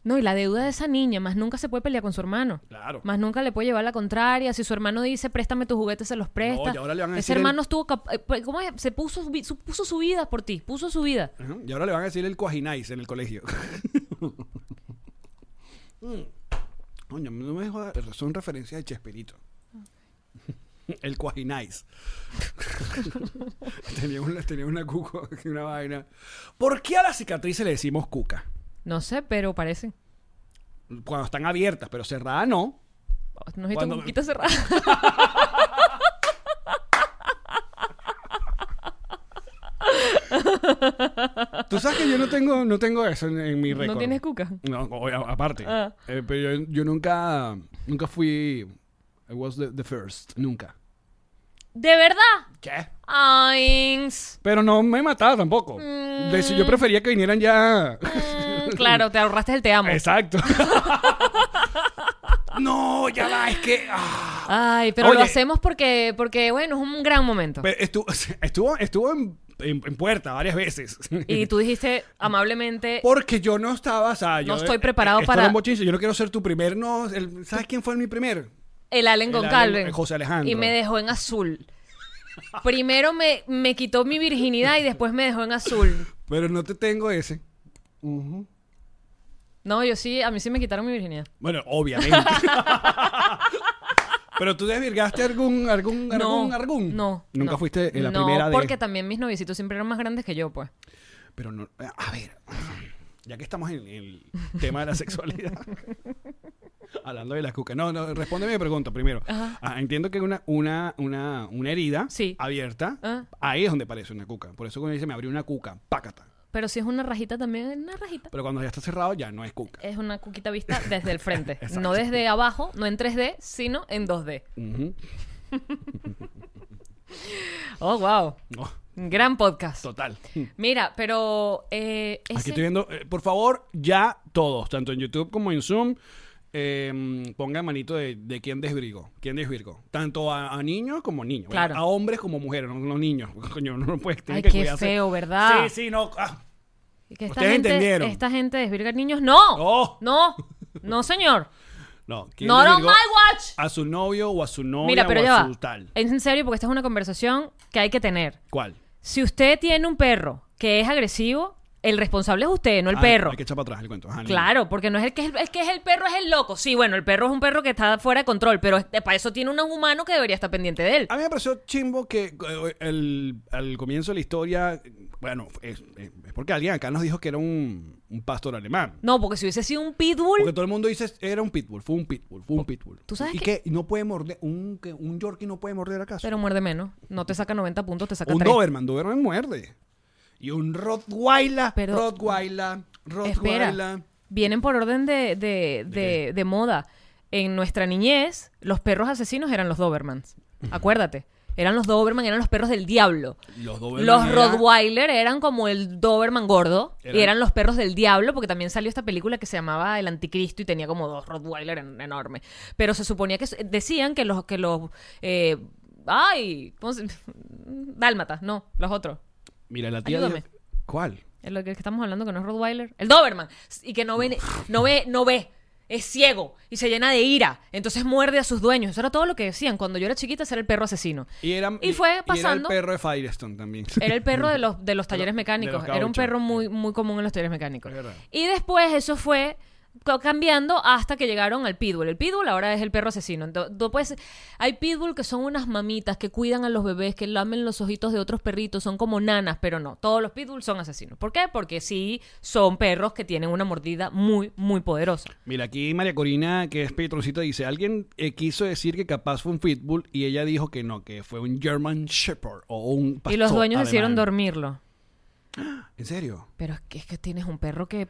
[SPEAKER 2] No, y la deuda de esa niña, más nunca se puede pelear con su hermano.
[SPEAKER 1] Claro.
[SPEAKER 2] Más nunca le puede llevar la contraria. Si su hermano dice, préstame tus juguetes, se los
[SPEAKER 1] No,
[SPEAKER 2] presta.
[SPEAKER 1] y ahora le van a
[SPEAKER 2] Ese
[SPEAKER 1] decir
[SPEAKER 2] hermano
[SPEAKER 1] el-
[SPEAKER 2] estuvo. cap- eh, pues, ¿Cómo es? Se puso, vi- su- puso su vida por ti, puso su vida.
[SPEAKER 1] Ajá. Y ahora le van a decir el cuajinais en el colegio. [laughs] Mm. Coño, no me jodas. Son referencias de Chespirito. El cuajinais. [laughs] tenía, una, tenía una cuco, [laughs] una vaina. ¿Por qué a las cicatrices le decimos cuca?
[SPEAKER 2] No sé, pero parece.
[SPEAKER 1] Cuando están abiertas, pero cerrada no.
[SPEAKER 2] Nos hizo
[SPEAKER 1] Cuando-
[SPEAKER 2] con cuquita
[SPEAKER 1] [laughs]
[SPEAKER 2] cerrada.
[SPEAKER 1] Tú sabes que yo no tengo, no tengo eso en, en mi récord.
[SPEAKER 2] ¿No tienes cuca?
[SPEAKER 1] No, o- a- aparte.
[SPEAKER 2] Ah.
[SPEAKER 1] Eh, pero yo, yo nunca, nunca fui. I was the, the first. Nunca.
[SPEAKER 2] ¿De verdad?
[SPEAKER 1] ¿Qué?
[SPEAKER 2] Ay.
[SPEAKER 1] Pero no me mataba tampoco. De- si Yo prefería que vinieran ya.
[SPEAKER 2] Mm, claro, te ahorraste el te amo. [laughs]
[SPEAKER 1] Exacto. no, ya va, es que. ah.
[SPEAKER 2] Ay, pero lo
[SPEAKER 1] Oye.
[SPEAKER 2] hacemos porque, porque, bueno, es un gran momento.
[SPEAKER 1] Pero estuvo estuvo, estuvo en, en- en puerta varias veces.
[SPEAKER 2] Y tú dijiste amablemente,
[SPEAKER 1] [laughs] Porque yo no estaba, o sea, yo-
[SPEAKER 2] No estoy
[SPEAKER 1] eh,
[SPEAKER 2] preparado
[SPEAKER 1] esto
[SPEAKER 2] para-
[SPEAKER 1] era un bochinche, Yo no quiero ser tu primer, no. el- ¿Sabes quién fue mi primer?
[SPEAKER 2] el Allen
[SPEAKER 1] el
[SPEAKER 2] Goncalves.
[SPEAKER 1] Allen- eh, José Alejandro.
[SPEAKER 2] Y me dejó en azul. Primero me, me quitó mi virginidad y después me dejó en azul.
[SPEAKER 1] Pero no te tengo ese. Ujú.
[SPEAKER 2] No, yo sí, a mí sí me quitaron mi virginidad.
[SPEAKER 1] Bueno,
[SPEAKER 2] [laughs]
[SPEAKER 1] obviamente. Pero tú desvirgaste algún, algún, algún,
[SPEAKER 2] no,
[SPEAKER 1] algún.
[SPEAKER 2] No.
[SPEAKER 1] Nunca
[SPEAKER 2] no.
[SPEAKER 1] fuiste eh, la
[SPEAKER 2] No,
[SPEAKER 1] primera de.
[SPEAKER 2] porque también mis novicitos siempre eran más grandes que yo, pues.
[SPEAKER 1] Pero no. eh, A ver. Ya que estamos en el tema de la [laughs] sexualidad. hablando de las cucas. No, no, respóndeme mi pregunta primero.
[SPEAKER 2] Ajá.
[SPEAKER 1] Ah, entiendo que una, una, una, una herida
[SPEAKER 2] Sí.
[SPEAKER 1] abierta.
[SPEAKER 2] Ah.
[SPEAKER 1] Ahí es donde parece una cuca. Por eso cuando dice me abrió una cuca, pácata.
[SPEAKER 2] Pero si es una rajita también, es una rajita.
[SPEAKER 1] Pero cuando ya está cerrado, ya no es cuca.
[SPEAKER 2] Es una cuquita vista desde
[SPEAKER 1] [laughs]
[SPEAKER 2] el frente. no desde abajo, no en 3D, sino en 2D.
[SPEAKER 1] Ujú.
[SPEAKER 2] [laughs] Oh, wow.
[SPEAKER 1] No,
[SPEAKER 2] Gran podcast.
[SPEAKER 1] total.
[SPEAKER 2] Mira, pero eh,
[SPEAKER 1] Aquí
[SPEAKER 2] ese-
[SPEAKER 1] estoy viendo, eh, por favor, ya todos, tanto en YouTube como en Zoom, eh, pongan manito de, de quién desvirgó, quién desvirgó, tanto a, a niños como niños,
[SPEAKER 2] Claro.
[SPEAKER 1] a hombres como mujeres, no, no niños, [laughs] coño, no puede, tienen
[SPEAKER 2] Ay,
[SPEAKER 1] que
[SPEAKER 2] qué
[SPEAKER 1] cuidarse.
[SPEAKER 2] feo, ¿verdad?
[SPEAKER 1] Sí, sí, no, ah,
[SPEAKER 2] que esta
[SPEAKER 1] ustedes
[SPEAKER 2] gente,
[SPEAKER 1] entendieron.
[SPEAKER 2] Esta gente desvirga niños. ¡No!
[SPEAKER 1] No.
[SPEAKER 2] ¡No! ¡No, señor!
[SPEAKER 1] no, ¿quién
[SPEAKER 2] ¡No on
[SPEAKER 1] desvirgó
[SPEAKER 2] my watch!
[SPEAKER 1] A su novio o a su novia
[SPEAKER 2] Mira, pero
[SPEAKER 1] o
[SPEAKER 2] ya
[SPEAKER 1] a
[SPEAKER 2] va. Eh,
[SPEAKER 1] su tal.
[SPEAKER 2] Es en serio porque esta es una conversación que hay que tener.
[SPEAKER 1] ¿Cuál?
[SPEAKER 2] Si usted tiene un perro que es agresivo, el responsable es usted, no el
[SPEAKER 1] Ah,
[SPEAKER 2] perro.
[SPEAKER 1] Hay que echar para atrás el cuento. Ajá,
[SPEAKER 2] Claro, porque no es el que es el, el que es el perro es el loco. Sí, bueno, el perro es un perro que está fuera de control, pero es- para eso tiene un humano que debería estar pendiente de él.
[SPEAKER 1] A mí me pareció chimbo que eh, el- al comienzo de la historia, eh, bueno, es, es- es porque alguien acá nos dijo que era un, un pastor alemán.
[SPEAKER 2] No, porque si hubiese sido un pitbull,
[SPEAKER 1] Porque todo el mundo dice, era un pitbull, fue un pitbull, fue un pitbull.
[SPEAKER 2] ¿Tú sabes
[SPEAKER 1] ¿Y
[SPEAKER 2] que-
[SPEAKER 1] que no puede morder, un, que un yorkie no puede morder acaso?
[SPEAKER 2] pero muerde menos. No te saca 90 puntos, te saca
[SPEAKER 1] un
[SPEAKER 2] 3.
[SPEAKER 1] Doberman, Doberman muerde. Y un Rottweiler,
[SPEAKER 2] Pero-
[SPEAKER 1] Rottweiler, Rottweiler.
[SPEAKER 2] Espera, vienen por orden de, de, de- de moda. En nuestra niñez, los perros asesinos eran los Dobermans. Acuérdate. Eran los Doberman, eran los perros del diablo.
[SPEAKER 1] Los Doberman
[SPEAKER 2] Los
[SPEAKER 1] era-
[SPEAKER 2] Rottweiler eran como el Doberman gordo y
[SPEAKER 1] Eran-
[SPEAKER 2] eran los perros del diablo porque también salió esta película que se llamaba El Anticristo y tenía como dos Rottweiler en- enormes. Pero se suponía que s- decían que los que los eh, ay, ¿cómo se- [laughs] dálmatas, no, los otros.
[SPEAKER 1] Mira, la tía.
[SPEAKER 2] Ayúdame.
[SPEAKER 1] ¿Cuál?
[SPEAKER 2] El lo que estamos hablando que no es Rottweiler, el Doberman y que no ve no ve no ve es ciego y se llena de ira, entonces muerde a sus dueños. Eso era todo lo que decían. Cuando yo era chiquita, ese era el perro asesino.
[SPEAKER 1] Y, era,
[SPEAKER 2] Y fue
[SPEAKER 1] era el
[SPEAKER 2] pasando-
[SPEAKER 1] perro de Firestone también.
[SPEAKER 2] [laughs] Era el perro de los, de los talleres
[SPEAKER 1] de
[SPEAKER 2] mecánicos.
[SPEAKER 1] los
[SPEAKER 2] Era un
[SPEAKER 1] gauchos.
[SPEAKER 2] perro muy, muy común en los talleres mecánicos.
[SPEAKER 1] Es verdad.
[SPEAKER 2] Y después eso fue co- cambiando hasta que llegaron al pitbull. El pitbull ahora es el perro asesino. Entonces, tú puedes- hay pitbull que son unas mamitas que cuidan a los bebés, que lamen los ojitos de otros perritos, son como nanas, pero no, todos los pitbull son asesinos. ¿Por qué? Porque sí son perros que tienen una mordida muy, muy poderosa.
[SPEAKER 1] Mira, aquí María Corina, que es Petroncita, dice: Alguien eh, quiso decir que capaz fue un Pitbull y ella dijo que no, que fue un German Shepherd o un
[SPEAKER 2] y los
[SPEAKER 1] pastor
[SPEAKER 2] dueños
[SPEAKER 1] alemán.
[SPEAKER 2] decidieron dormirlo.
[SPEAKER 1] ¿En serio?
[SPEAKER 2] Pero es que, es que tienes un perro que eh,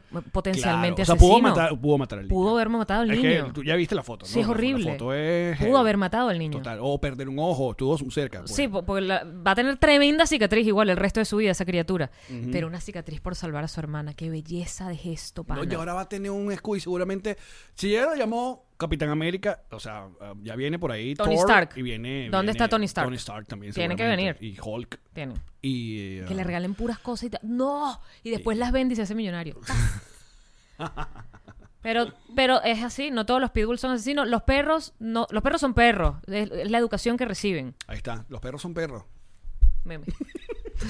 [SPEAKER 1] Claro.
[SPEAKER 2] potencialmente
[SPEAKER 1] O sea,
[SPEAKER 2] asesino.
[SPEAKER 1] pudo matar, pudo matar al niño.
[SPEAKER 2] Pudo haber matado al
[SPEAKER 1] Es
[SPEAKER 2] niño.
[SPEAKER 1] que tú ya viste la foto, ¿no?
[SPEAKER 2] Sí,
[SPEAKER 1] La fo-
[SPEAKER 2] es
[SPEAKER 1] la
[SPEAKER 2] horrible.
[SPEAKER 1] foto es
[SPEAKER 2] Pudo
[SPEAKER 1] heavy.
[SPEAKER 2] haber matado al niño.
[SPEAKER 1] Total. O perder un ojo, estuvo cerca. pues.
[SPEAKER 2] Sí, po- porque la- va a tener tremenda cicatriz igual el resto de su vida esa criatura. Pero una cicatriz por salvar a su hermana. Qué belleza de gesto, pana.
[SPEAKER 1] No, y ahora va a tener un escudo y seguramente. Si ya lo llamó Capitán América, o sea, ah, ya viene por ahí.
[SPEAKER 2] Tony
[SPEAKER 1] Thor,
[SPEAKER 2] Stark.
[SPEAKER 1] Y viene.
[SPEAKER 2] ¿Dónde
[SPEAKER 1] viene
[SPEAKER 2] está Tony Stark?
[SPEAKER 1] Tony Stark también.
[SPEAKER 2] Tiene que
[SPEAKER 1] seguramente.
[SPEAKER 2] venir.
[SPEAKER 1] Y Hulk.
[SPEAKER 2] Tienen.
[SPEAKER 1] Y. ah,
[SPEAKER 2] Que le regalen puras cosas y ta- ¡No! Y después las vende y se
[SPEAKER 1] [laughs]
[SPEAKER 2] hace millonario. Pero, pero es así, no todos los pitbulls son asesinos. Los perros, no, los perros son perros. Es, es la educación que reciben.
[SPEAKER 1] Ahí está. Los perros son perros.
[SPEAKER 2] Meme.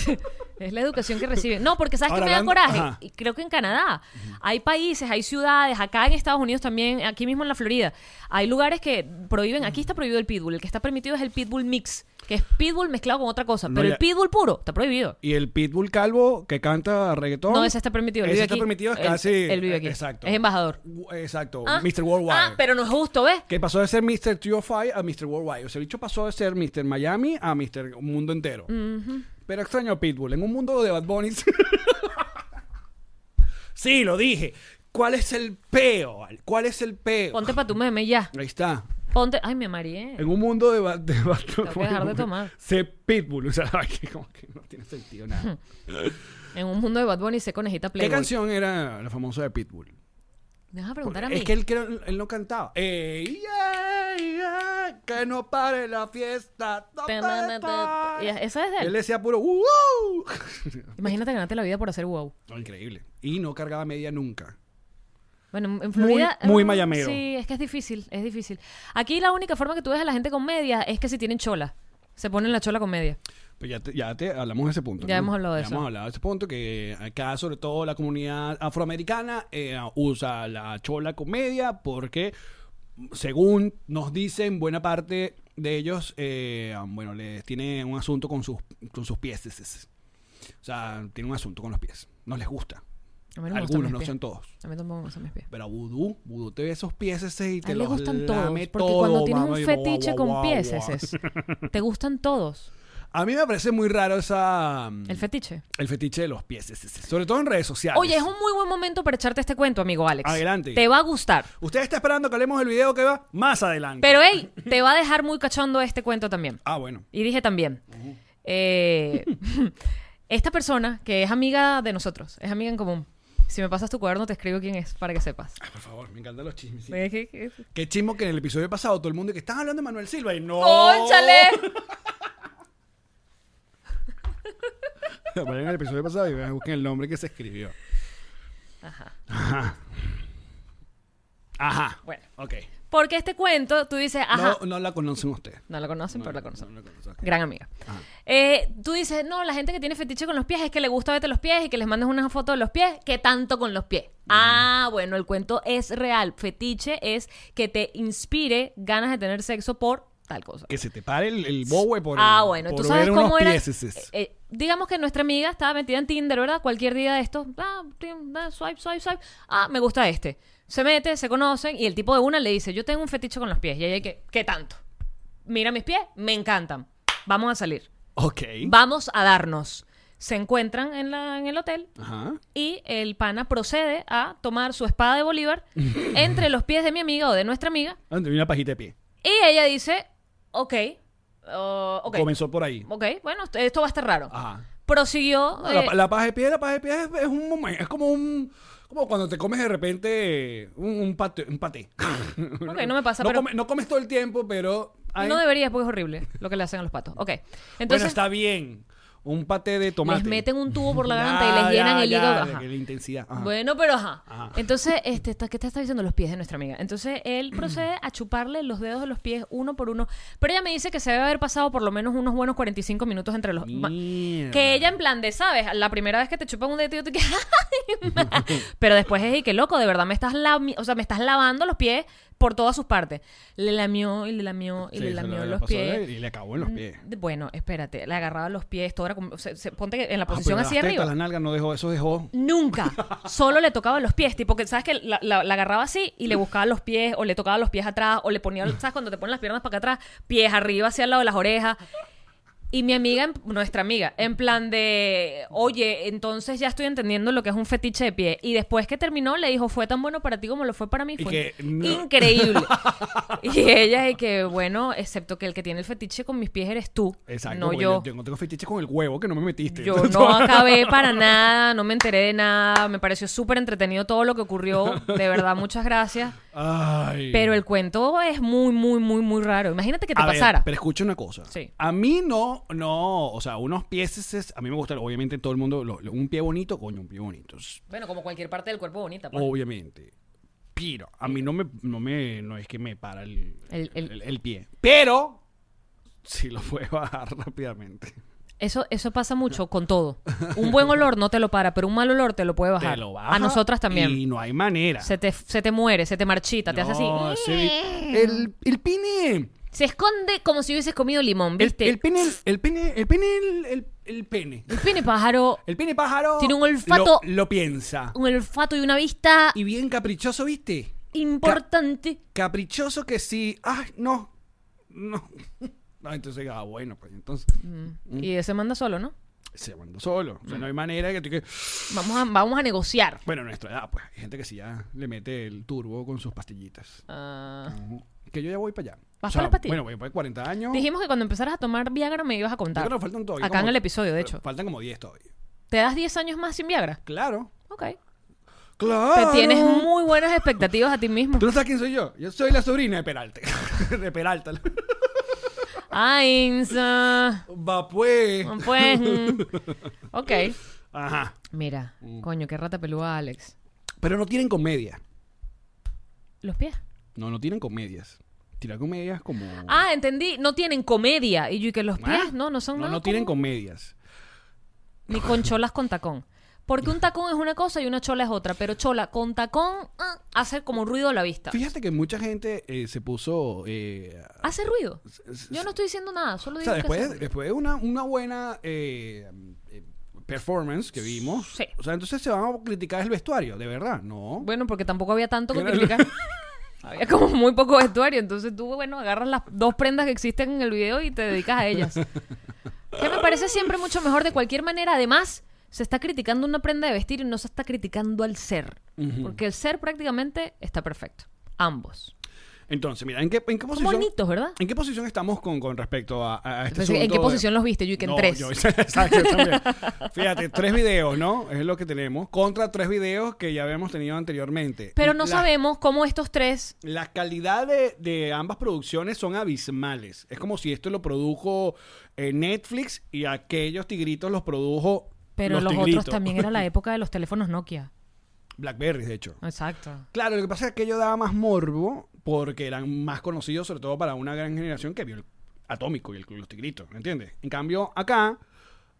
[SPEAKER 2] [laughs] es la educación que reciben. No, porque sabes
[SPEAKER 1] Ahora,
[SPEAKER 2] que me da
[SPEAKER 1] hablando-
[SPEAKER 2] coraje.
[SPEAKER 1] ajá.
[SPEAKER 2] Y creo que en Canadá hay países, hay ciudades, acá en Estados Unidos también, aquí mismo en la Florida, hay lugares que prohíben, aquí está prohibido el pitbull, el que está permitido es el pitbull mix, que es pitbull mezclado con otra cosa,
[SPEAKER 1] No,
[SPEAKER 2] pero
[SPEAKER 1] ya-
[SPEAKER 2] el pitbull puro está prohibido.
[SPEAKER 1] Y el Pitbull Calvo que canta reggaetón.
[SPEAKER 2] No, ese está permitido, él
[SPEAKER 1] Ese
[SPEAKER 2] vive
[SPEAKER 1] está
[SPEAKER 2] aquí.
[SPEAKER 1] permitido, es
[SPEAKER 2] Él-
[SPEAKER 1] casi.
[SPEAKER 2] él vive aquí.
[SPEAKER 1] Exacto.
[SPEAKER 2] Es embajador.
[SPEAKER 1] Gu- Exacto.
[SPEAKER 2] Ah,
[SPEAKER 1] Mr. Worldwide.
[SPEAKER 2] Ah, pero no es justo, ¿ves?
[SPEAKER 1] Que pasó de ser Mr. 205 a Mr. Worldwide. O sea, el bicho pasó de ser Mr. Miami a Mr. Mundo entero. Pero extraño a Pitbull. En un mundo de Bad Bunnies. [laughs] sí, lo dije. ¿Cuál es el peo? ¿Cuál es el peo?
[SPEAKER 2] Ponte para tu meme ya.
[SPEAKER 1] Ahí está.
[SPEAKER 2] Ponte. Ay, me mareé.
[SPEAKER 1] En un mundo de, ba- de ba-
[SPEAKER 2] que dejar de tomar.
[SPEAKER 1] Sé Pitbull. O sea, [laughs] ay, que como que no tiene sentido
[SPEAKER 2] [laughs]
[SPEAKER 1] nada.
[SPEAKER 2] En un mundo de Bad Bunny sé conejita
[SPEAKER 1] ¿Qué
[SPEAKER 2] Playboy.
[SPEAKER 1] canción era la famosa de Pitbull?
[SPEAKER 2] Me vas a preguntar a mí.
[SPEAKER 1] Es que él, creo- él no cantaba. Eh, yeah, yeah, que no pare la fiesta. ta, ta, ta, ta.
[SPEAKER 2] Y Esa es de él.
[SPEAKER 1] Él decía puro wow.
[SPEAKER 2] Imagínate ganarte la vida por hacer wow.
[SPEAKER 1] No, increíble. Y no cargaba media nunca.
[SPEAKER 2] Bueno, en- en
[SPEAKER 1] Muy-
[SPEAKER 2] Florida.
[SPEAKER 1] muy
[SPEAKER 2] mm,
[SPEAKER 1] mayamero.
[SPEAKER 2] Sí, es que es difícil, es difícil. Aquí la única forma que tú ves a la gente con media es que si tienen chola. Se ponen la chola con media.
[SPEAKER 1] Pero pues ya te, ya te hablamos de ese punto.
[SPEAKER 2] Ya
[SPEAKER 1] ¿no?
[SPEAKER 2] hemos hablado de
[SPEAKER 1] Ya
[SPEAKER 2] eso.
[SPEAKER 1] hemos hablado de ese punto que acá, sobre todo la comunidad afroamericana, eh, usa la chola comedia porque, según nos dicen, buena parte de ellos, eh, bueno, les tiene un asunto con sus, con sus pies. O sea, tienen un asunto con los pies. No les gusta.
[SPEAKER 2] A mí no me gustan
[SPEAKER 1] Algunos,
[SPEAKER 2] mis
[SPEAKER 1] no
[SPEAKER 2] pies.
[SPEAKER 1] son todos.
[SPEAKER 2] A mí tampoco me gustan mis pies.
[SPEAKER 1] Pero a Vudú, Vudú te ve esos pies y
[SPEAKER 2] A
[SPEAKER 1] te
[SPEAKER 2] él le
[SPEAKER 1] los
[SPEAKER 2] gustan todos.
[SPEAKER 1] lame
[SPEAKER 2] Porque
[SPEAKER 1] todo,
[SPEAKER 2] cuando tienes
[SPEAKER 1] mama,
[SPEAKER 2] un
[SPEAKER 1] y
[SPEAKER 2] fetiche
[SPEAKER 1] guau,
[SPEAKER 2] con
[SPEAKER 1] guau,
[SPEAKER 2] pies,
[SPEAKER 1] guau.
[SPEAKER 2] ese es. Te gustan todos.
[SPEAKER 1] A mí me parece muy raro esa... mm,
[SPEAKER 2] El fetiche.
[SPEAKER 1] el fetiche de los pies, ese, ese. sobre todo en redes sociales.
[SPEAKER 2] Oye, es un muy buen momento para echarte este cuento, amigo Alex.
[SPEAKER 1] Adelante.
[SPEAKER 2] Te va a gustar.
[SPEAKER 1] Usted está esperando que hablemos del video que va más adelante.
[SPEAKER 2] Pero hey, te va a dejar muy cachondo este cuento también.
[SPEAKER 1] Ah, bueno.
[SPEAKER 2] Y dije también. eh, [laughs] esta persona, que es amiga de nosotros, es amiga en común. Si me pasas tu cuaderno, te escribo quién es para que sepas.
[SPEAKER 1] Ah, Por favor, me encantan los chismes. sí.
[SPEAKER 2] Es que- que-
[SPEAKER 1] Qué chismo que en el episodio pasado todo el mundo que están hablando de Manuel Silva y no.
[SPEAKER 2] ¡Cónchale!
[SPEAKER 1] [laughs] Vayan al episodio pasado y vean, busquen el nombre que se escribió. Ajá. Ajá. Ajá.
[SPEAKER 2] Bueno,
[SPEAKER 1] Ok.
[SPEAKER 2] porque este cuento, tú dices, ajá.
[SPEAKER 1] No, no la conocen ustedes.
[SPEAKER 2] No la conocen, pero la
[SPEAKER 1] No,
[SPEAKER 2] conocen.
[SPEAKER 1] la conocen. ok.
[SPEAKER 2] Gran amiga. Eh, tú dices, no, la gente que tiene fetiche con los pies es que le gusta verte los pies y que les mandes una foto de los pies. ¿Qué tanto con los pies? Ah, bueno, el cuento es real. Fetiche es que te inspire ganas de tener sexo por tal cosa.
[SPEAKER 1] Que se te pare el, el bowe por
[SPEAKER 2] Ah, bueno,
[SPEAKER 1] por
[SPEAKER 2] tú sabes
[SPEAKER 1] ver unos
[SPEAKER 2] cómo era.
[SPEAKER 1] pieses.
[SPEAKER 2] Eh, eh, digamos que nuestra amiga estaba metida en Tinder, ¿verdad? Cualquier día de esto, ah, tim, da, swipe, swipe, swipe. Ah, me gusta este. Se mete, se conocen y el tipo de una le dice, yo tengo un fetiche con los pies. Y ella que, ¿qué tanto? Mira mis pies, me encantan. Vamos a salir.
[SPEAKER 1] Ok.
[SPEAKER 2] Vamos a darnos. Se encuentran en, la- en el hotel
[SPEAKER 1] Ajá.
[SPEAKER 2] y el pana procede a tomar su espada de
[SPEAKER 1] [laughs]
[SPEAKER 2] Bolívar entre los pies de mi amiga o de nuestra amiga
[SPEAKER 1] Ah, te vi una pajita de pie.
[SPEAKER 2] y ella dice, ok, Oh, ok.
[SPEAKER 1] Comenzó por ahí.
[SPEAKER 2] Ok, bueno, esto- esto va a estar raro.
[SPEAKER 1] Ajá.
[SPEAKER 2] Prosiguió.
[SPEAKER 1] Ah. No, la,
[SPEAKER 2] eh,
[SPEAKER 1] pa- la paz de pie, la paz de pie es, es un momento, es como un como cuando te comes de repente un, un pate- un paté.
[SPEAKER 2] Ok, no me [laughs] pasa,
[SPEAKER 1] No,
[SPEAKER 2] pero-
[SPEAKER 1] come- no comes todo el tiempo, pero hay-
[SPEAKER 2] No deberías porque es horrible lo que le hacen a los patos. Ok.
[SPEAKER 1] bueno,
[SPEAKER 2] Entonces,
[SPEAKER 1] está bien. Un paté de tomate.
[SPEAKER 2] les meten un tubo por la garganta y les
[SPEAKER 1] [laughs] Ya,
[SPEAKER 2] llenan el
[SPEAKER 1] ya,
[SPEAKER 2] hígado.
[SPEAKER 1] de
[SPEAKER 2] Ajá.
[SPEAKER 1] que La intensidad. ajá. Ah,
[SPEAKER 2] Bueno, pero ajá.
[SPEAKER 1] Ajá.
[SPEAKER 2] Entonces, este, está- ¿qué te está diciendo? Los pies de nuestra amiga. Entonces,
[SPEAKER 1] [clears throat]
[SPEAKER 2] él procede a chuparle los dedos de los pies uno por uno. Pero ella me dice que se debe haber pasado por lo menos unos buenos 45 minutos entre los... ma-
[SPEAKER 1] Mierda.
[SPEAKER 2] Que ella en plan de, ¿sabes? La primera vez que te chupan un dedo, tú que... [laughs] "Ay, ma". Pero después es, y que loco, de verdad, me estás, lami- o sea, me estás lavando los pies por todas sus partes. Le lamió y le lamió y
[SPEAKER 1] Sí,
[SPEAKER 2] le
[SPEAKER 1] se
[SPEAKER 2] lamió
[SPEAKER 1] la- la
[SPEAKER 2] los
[SPEAKER 1] pasó de-
[SPEAKER 2] pies. Mm,
[SPEAKER 1] Y le acabó en los pies.
[SPEAKER 2] De- Bueno, espérate, le agarraba los pies, todo era como- o sea, se- ponte que en la
[SPEAKER 1] Ah, pero
[SPEAKER 2] posición
[SPEAKER 1] las
[SPEAKER 2] así
[SPEAKER 1] tetas,
[SPEAKER 2] arriba.
[SPEAKER 1] Las nalgas no dejó, eso dejó.
[SPEAKER 2] Nunca. Solo le tocaba los pies. Tipo que, ¿sabes? Que la, la- la agarraba así y le buscaba los pies, o le tocaba los pies atrás, o le ponía,
[SPEAKER 1] Mm.
[SPEAKER 2] ¿sabes? Cuando te ponen las piernas para acá atrás, pies arriba, hacia el lado de las orejas. Y mi amiga, en- nuestra amiga, en plan de, oye, entonces ya estoy entendiendo lo que es un fetiche de pie. Y después que terminó, le dijo, fue tan bueno para ti como lo fue para mí.
[SPEAKER 1] Y
[SPEAKER 2] Fue
[SPEAKER 1] que no. [laughs]
[SPEAKER 2] increíble. y ella, y que, bueno, excepto que el que tiene el fetiche con mis pies eres tú,
[SPEAKER 1] Exacto.
[SPEAKER 2] no
[SPEAKER 1] porque
[SPEAKER 2] yo.
[SPEAKER 1] Yo tengo fetiche con el huevo que no me metiste. [laughs]
[SPEAKER 2] Yo
[SPEAKER 1] Entonces,
[SPEAKER 2] no acabé para nada, no me enteré de nada, me pareció súper entretenido todo lo que ocurrió, de verdad, muchas gracias.
[SPEAKER 1] Ay.
[SPEAKER 2] Pero el cuento es muy, muy, muy, muy raro. Imagínate que te
[SPEAKER 1] A ver,
[SPEAKER 2] pasara.
[SPEAKER 1] pero escucha una cosa.
[SPEAKER 2] Sí.
[SPEAKER 1] A mí no, no, o sea, unos pies, es- es- a mí me gusta, obviamente todo el mundo, lo- lo- un pie bonito, coño, un pie bonito. es-
[SPEAKER 2] Bueno, como cualquier parte del cuerpo bonita.
[SPEAKER 1] Oh.
[SPEAKER 2] pues.
[SPEAKER 1] Obviamente. Pero a mí no me, no me, no es que me para el,
[SPEAKER 2] El- el-
[SPEAKER 1] el pie. Pero, sí lo puedo [laughs] bajar rápidamente.
[SPEAKER 2] Eso, eso pasa mucho
[SPEAKER 1] [laughs]
[SPEAKER 2] con todo. Un buen olor no te lo para, pero un mal olor te lo puede bajar.
[SPEAKER 1] Te lo baja
[SPEAKER 2] A nosotras también.
[SPEAKER 1] Y no hay manera.
[SPEAKER 2] Se, te, se te muere, se te marchita, te hace así. Mm.
[SPEAKER 1] No, se- el, el pene.
[SPEAKER 2] Se esconde como si hubieses comido limón,
[SPEAKER 1] El,
[SPEAKER 2] ¿viste?
[SPEAKER 1] el pene, el pene, el pene, el, el- el pene.
[SPEAKER 2] El pene pájaro,
[SPEAKER 1] El pene pájaro.
[SPEAKER 2] Tiene un olfato-
[SPEAKER 1] Lo, lo piensa.
[SPEAKER 2] un olfato y una vista
[SPEAKER 1] Y bien caprichoso, ¿viste?
[SPEAKER 2] importante.
[SPEAKER 1] Caprichoso que sí. Ah, no. No. [laughs] No, entonces, ah, bueno, pues entonces
[SPEAKER 2] Y se manda solo, ¿no?
[SPEAKER 1] se mandó solo. O sea, no hay manera que tú que.
[SPEAKER 2] Vamos a, vamos a negociar.
[SPEAKER 1] Bueno, a nuestra edad, pues. Hay gente que sí ya le mete el turbo con sus pastillitas.
[SPEAKER 2] Ah,
[SPEAKER 1] Que yo ya voy para allá.
[SPEAKER 2] ¿Vas para las pastillas?
[SPEAKER 1] Bueno, voy para 40 años.
[SPEAKER 2] dijimos que cuando empezaras a tomar Viagra me ibas a
[SPEAKER 1] Yo
[SPEAKER 2] contar.
[SPEAKER 1] creo que faltan todavía.
[SPEAKER 2] Acá
[SPEAKER 1] como-
[SPEAKER 2] en el episodio, de hecho.
[SPEAKER 1] Faltan como 10 todavía.
[SPEAKER 2] ¿Te das 10 años más sin Viagra?
[SPEAKER 1] Claro.
[SPEAKER 2] Ok. Te
[SPEAKER 1] Claro.
[SPEAKER 2] tienes muy buenas expectativas a ti mismo.
[SPEAKER 1] Ah, ¿Tú no sabes quién soy yo? Yo soy la sobrina de Peralta. [laughs] de Peralta.
[SPEAKER 2] Ay, Insa.
[SPEAKER 1] Va pues. [laughs]
[SPEAKER 2] Pues. mm. Ok.
[SPEAKER 1] Ajá.
[SPEAKER 2] Mira,
[SPEAKER 1] Mm.
[SPEAKER 2] coño, qué rata pelúa, Alex.
[SPEAKER 1] Pero no tienen comedia.
[SPEAKER 2] Los pies.
[SPEAKER 1] No, no tienen comedias. Tirar comedias como.
[SPEAKER 2] Ah, entendí. No tienen comedia. Y yo, ¿y que los pies? No, no son
[SPEAKER 1] Ah. No,
[SPEAKER 2] nada.
[SPEAKER 1] no tienen
[SPEAKER 2] como-
[SPEAKER 1] comedias.
[SPEAKER 2] Ni con cholas con tacón. Porque un tacón es una cosa y una chola es otra. Pero chola con tacón ah, hace como ruido a la vista.
[SPEAKER 1] Fíjate que mucha gente eh, se puso. eh,
[SPEAKER 2] ¿Hace ruido?
[SPEAKER 1] s-
[SPEAKER 2] Yo no estoy diciendo nada, solo
[SPEAKER 1] o
[SPEAKER 2] digo
[SPEAKER 1] sea,
[SPEAKER 2] que hace
[SPEAKER 1] después,
[SPEAKER 2] ruido.
[SPEAKER 1] después de una, una buena eh, eh, performance que vimos.
[SPEAKER 2] Sí.
[SPEAKER 1] O sea, entonces se van a criticar el vestuario, de verdad. No.
[SPEAKER 2] Bueno, porque tampoco había tanto que
[SPEAKER 1] Claro. [laughs]
[SPEAKER 2] criticar. había como muy poco vestuario. Entonces tú, bueno, agarras las dos prendas que existen en el video y te dedicas a ellas. que me parece siempre mucho mejor de cualquier manera. Además, se está criticando una prenda de vestir y no se está criticando al ser. Porque el ser prácticamente está perfecto. Ambos.
[SPEAKER 1] Entonces, mira, ¿en qué, en qué
[SPEAKER 2] Son
[SPEAKER 1] posición?
[SPEAKER 2] bonitos, ¿verdad?
[SPEAKER 1] ¿En qué posición estamos con, con respecto a, a este
[SPEAKER 2] Pensé que, ¿en
[SPEAKER 1] asunto
[SPEAKER 2] qué
[SPEAKER 1] de-
[SPEAKER 2] posición los viste? Yo y que en
[SPEAKER 1] No,
[SPEAKER 2] tres.
[SPEAKER 1] yo- [laughs] exacto, yo también. Fíjate, tres videos, ¿no? Es lo que tenemos. Contra tres videos que ya habíamos tenido anteriormente.
[SPEAKER 2] Pero no
[SPEAKER 1] La-
[SPEAKER 2] sabemos cómo estos tres...
[SPEAKER 1] La calidad de, de ambas producciones son abismales. Es como si esto lo produjo eh, Netflix y aquellos tigritos los produjo.
[SPEAKER 2] Pero los,
[SPEAKER 1] tigritos.
[SPEAKER 2] otros también
[SPEAKER 1] [laughs]
[SPEAKER 2] era la época de los teléfonos Nokia.
[SPEAKER 1] Blackberry, de hecho.
[SPEAKER 2] Exacto.
[SPEAKER 1] Claro, lo que pasa es que aquello daba más morbo porque eran más conocidos, sobre todo para una gran generación que vio el Atómico y el Club de los Tigritos, ¿me entiendes? En cambio, acá,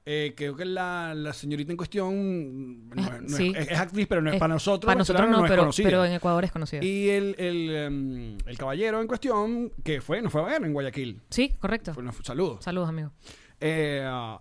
[SPEAKER 1] eh, creo que la, la señorita en cuestión no es- no
[SPEAKER 2] Sí.
[SPEAKER 1] es, es actriz, pero no es, para nosotros.
[SPEAKER 2] Para nosotros
[SPEAKER 1] venezolanos,
[SPEAKER 2] no,
[SPEAKER 1] es
[SPEAKER 2] pero,
[SPEAKER 1] conocida.
[SPEAKER 2] pero en Ecuador es conocido.
[SPEAKER 1] Y el, el, em, el caballero en cuestión, que fue, no fue a ver en Guayaquil.
[SPEAKER 2] Sí, correcto.
[SPEAKER 1] Fue, no, fue- saludos.
[SPEAKER 2] Saludos, amigo.
[SPEAKER 1] Eh, ah,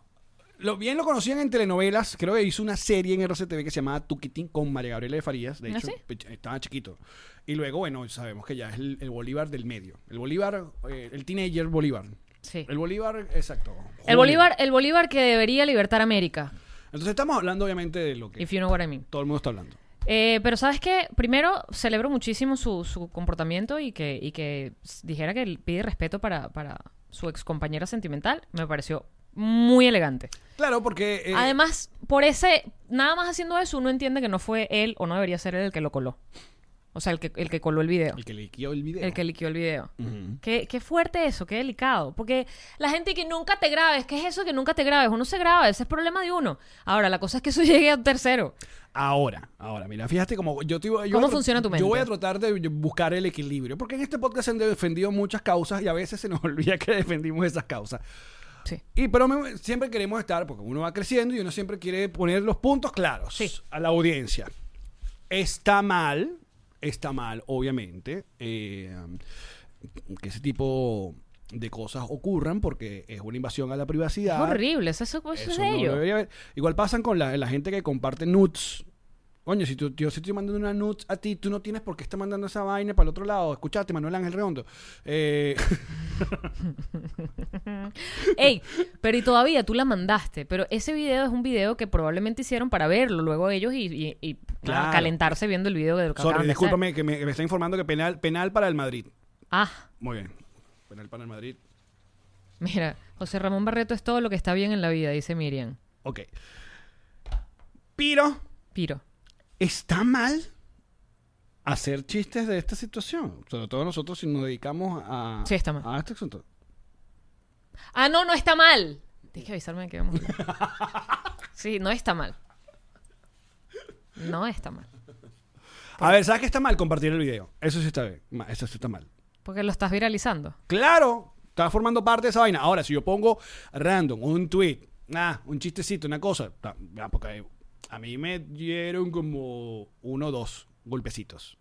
[SPEAKER 1] lo, bien lo conocían en telenovelas. Creo que hizo una serie en RCTV que se llamaba Tuquitín con María Gabriela de Farías. De
[SPEAKER 2] ¿Ah,
[SPEAKER 1] hecho,
[SPEAKER 2] sí?
[SPEAKER 1] pech- estaba chiquito. Y luego, bueno, sabemos que ya es el, el Bolívar del medio. El Bolívar, eh, el teenager Bolívar.
[SPEAKER 2] Sí.
[SPEAKER 1] El Bolívar, exacto.
[SPEAKER 2] El
[SPEAKER 1] Joven.
[SPEAKER 2] Bolívar, el Bolívar que debería libertar América,
[SPEAKER 1] Entonces estamos hablando, obviamente, de lo que
[SPEAKER 2] if you know what I mean.
[SPEAKER 1] todo el mundo está hablando.
[SPEAKER 2] Eh, pero sabes que primero celebro muchísimo su, su comportamiento y que, y que s- dijera que él pide respeto para, para su ex compañera sentimental, me pareció muy elegante.
[SPEAKER 1] Claro, porque. eh,
[SPEAKER 2] Además, por ese, nada más haciendo eso, uno entiende que no fue él o no debería ser él el que lo coló. O sea, el que, el que coló el video.
[SPEAKER 1] El que le guió el video.
[SPEAKER 2] El que liquidó el video. qué, qué fuerte eso, qué delicado. Porque la gente que nunca te grabes, ¿qué es eso que nunca te grabes? Uno se graba, ese es problema de uno. Ahora, la cosa es que eso [laughs] llegue a un tercero.
[SPEAKER 1] Ahora, ahora, mira, fíjate cómo yo te iba- yo
[SPEAKER 2] ¿Cómo
[SPEAKER 1] voy a-
[SPEAKER 2] funciona tu mente?
[SPEAKER 1] Yo voy a tratar de buscar el equilibrio, porque en este podcast se han defendido muchas causas y a veces se nos [laughs] olvida que defendimos esas causas.
[SPEAKER 2] Sí.
[SPEAKER 1] Y pero me- siempre queremos estar, porque uno va creciendo y uno siempre quiere poner los puntos claros
[SPEAKER 2] Sí.
[SPEAKER 1] a la audiencia. Está mal, está mal, obviamente, eh, que ese tipo de cosas ocurran porque es una invasión a la privacidad.
[SPEAKER 2] Es horrible, eso, eso- eso es
[SPEAKER 1] Eso
[SPEAKER 2] Pues de
[SPEAKER 1] no
[SPEAKER 2] ellos.
[SPEAKER 1] debería haber. Igual pasan con la, la gente que comparte nudes. Coño, si tú, yo si estoy mandando una nudes a ti, tú no tienes por qué estar mandando esa vaina para el otro lado. Escuchate, Manuel Ángel Redondo.
[SPEAKER 2] [laughs]
[SPEAKER 1] Eh,
[SPEAKER 2] Ey, pero y todavía tú la mandaste. Pero ese video es un video que probablemente hicieron para verlo luego ellos y, y- y, nada,
[SPEAKER 1] Claro.
[SPEAKER 2] calentarse viendo el video de lo que acaban
[SPEAKER 1] sorry,
[SPEAKER 2] de hacer.
[SPEAKER 1] discúlpame que me, que me está informando que penal, penal para el Madrid.
[SPEAKER 2] Ah,
[SPEAKER 1] Muy bien. Penal para el Madrid.
[SPEAKER 2] mira, José Ramón Barreto es todo lo que está bien en la vida, dice Miriam.
[SPEAKER 1] Ok. Pero,
[SPEAKER 2] Piro.
[SPEAKER 1] ¿está mal hacer chistes de esta situación? Sobre todo nosotros si nos dedicamos a,
[SPEAKER 2] Sí, está mal.
[SPEAKER 1] a este asunto.
[SPEAKER 2] Ah, no, no está mal. Tienes que avisarme de que vamos. a- Sí, no está mal. No está mal.
[SPEAKER 1] A ver, ¿sabes qué está mal? Compartir el video. Eso sí está bien. Ma- Eso sí está mal.
[SPEAKER 2] Porque lo estás viralizando.
[SPEAKER 1] Claro, está formando parte de esa vaina. Ahora, si yo pongo random, un tweet, nada, un chistecito, una cosa, ta- ya, porque a mí me dieron como uno o dos golpecitos.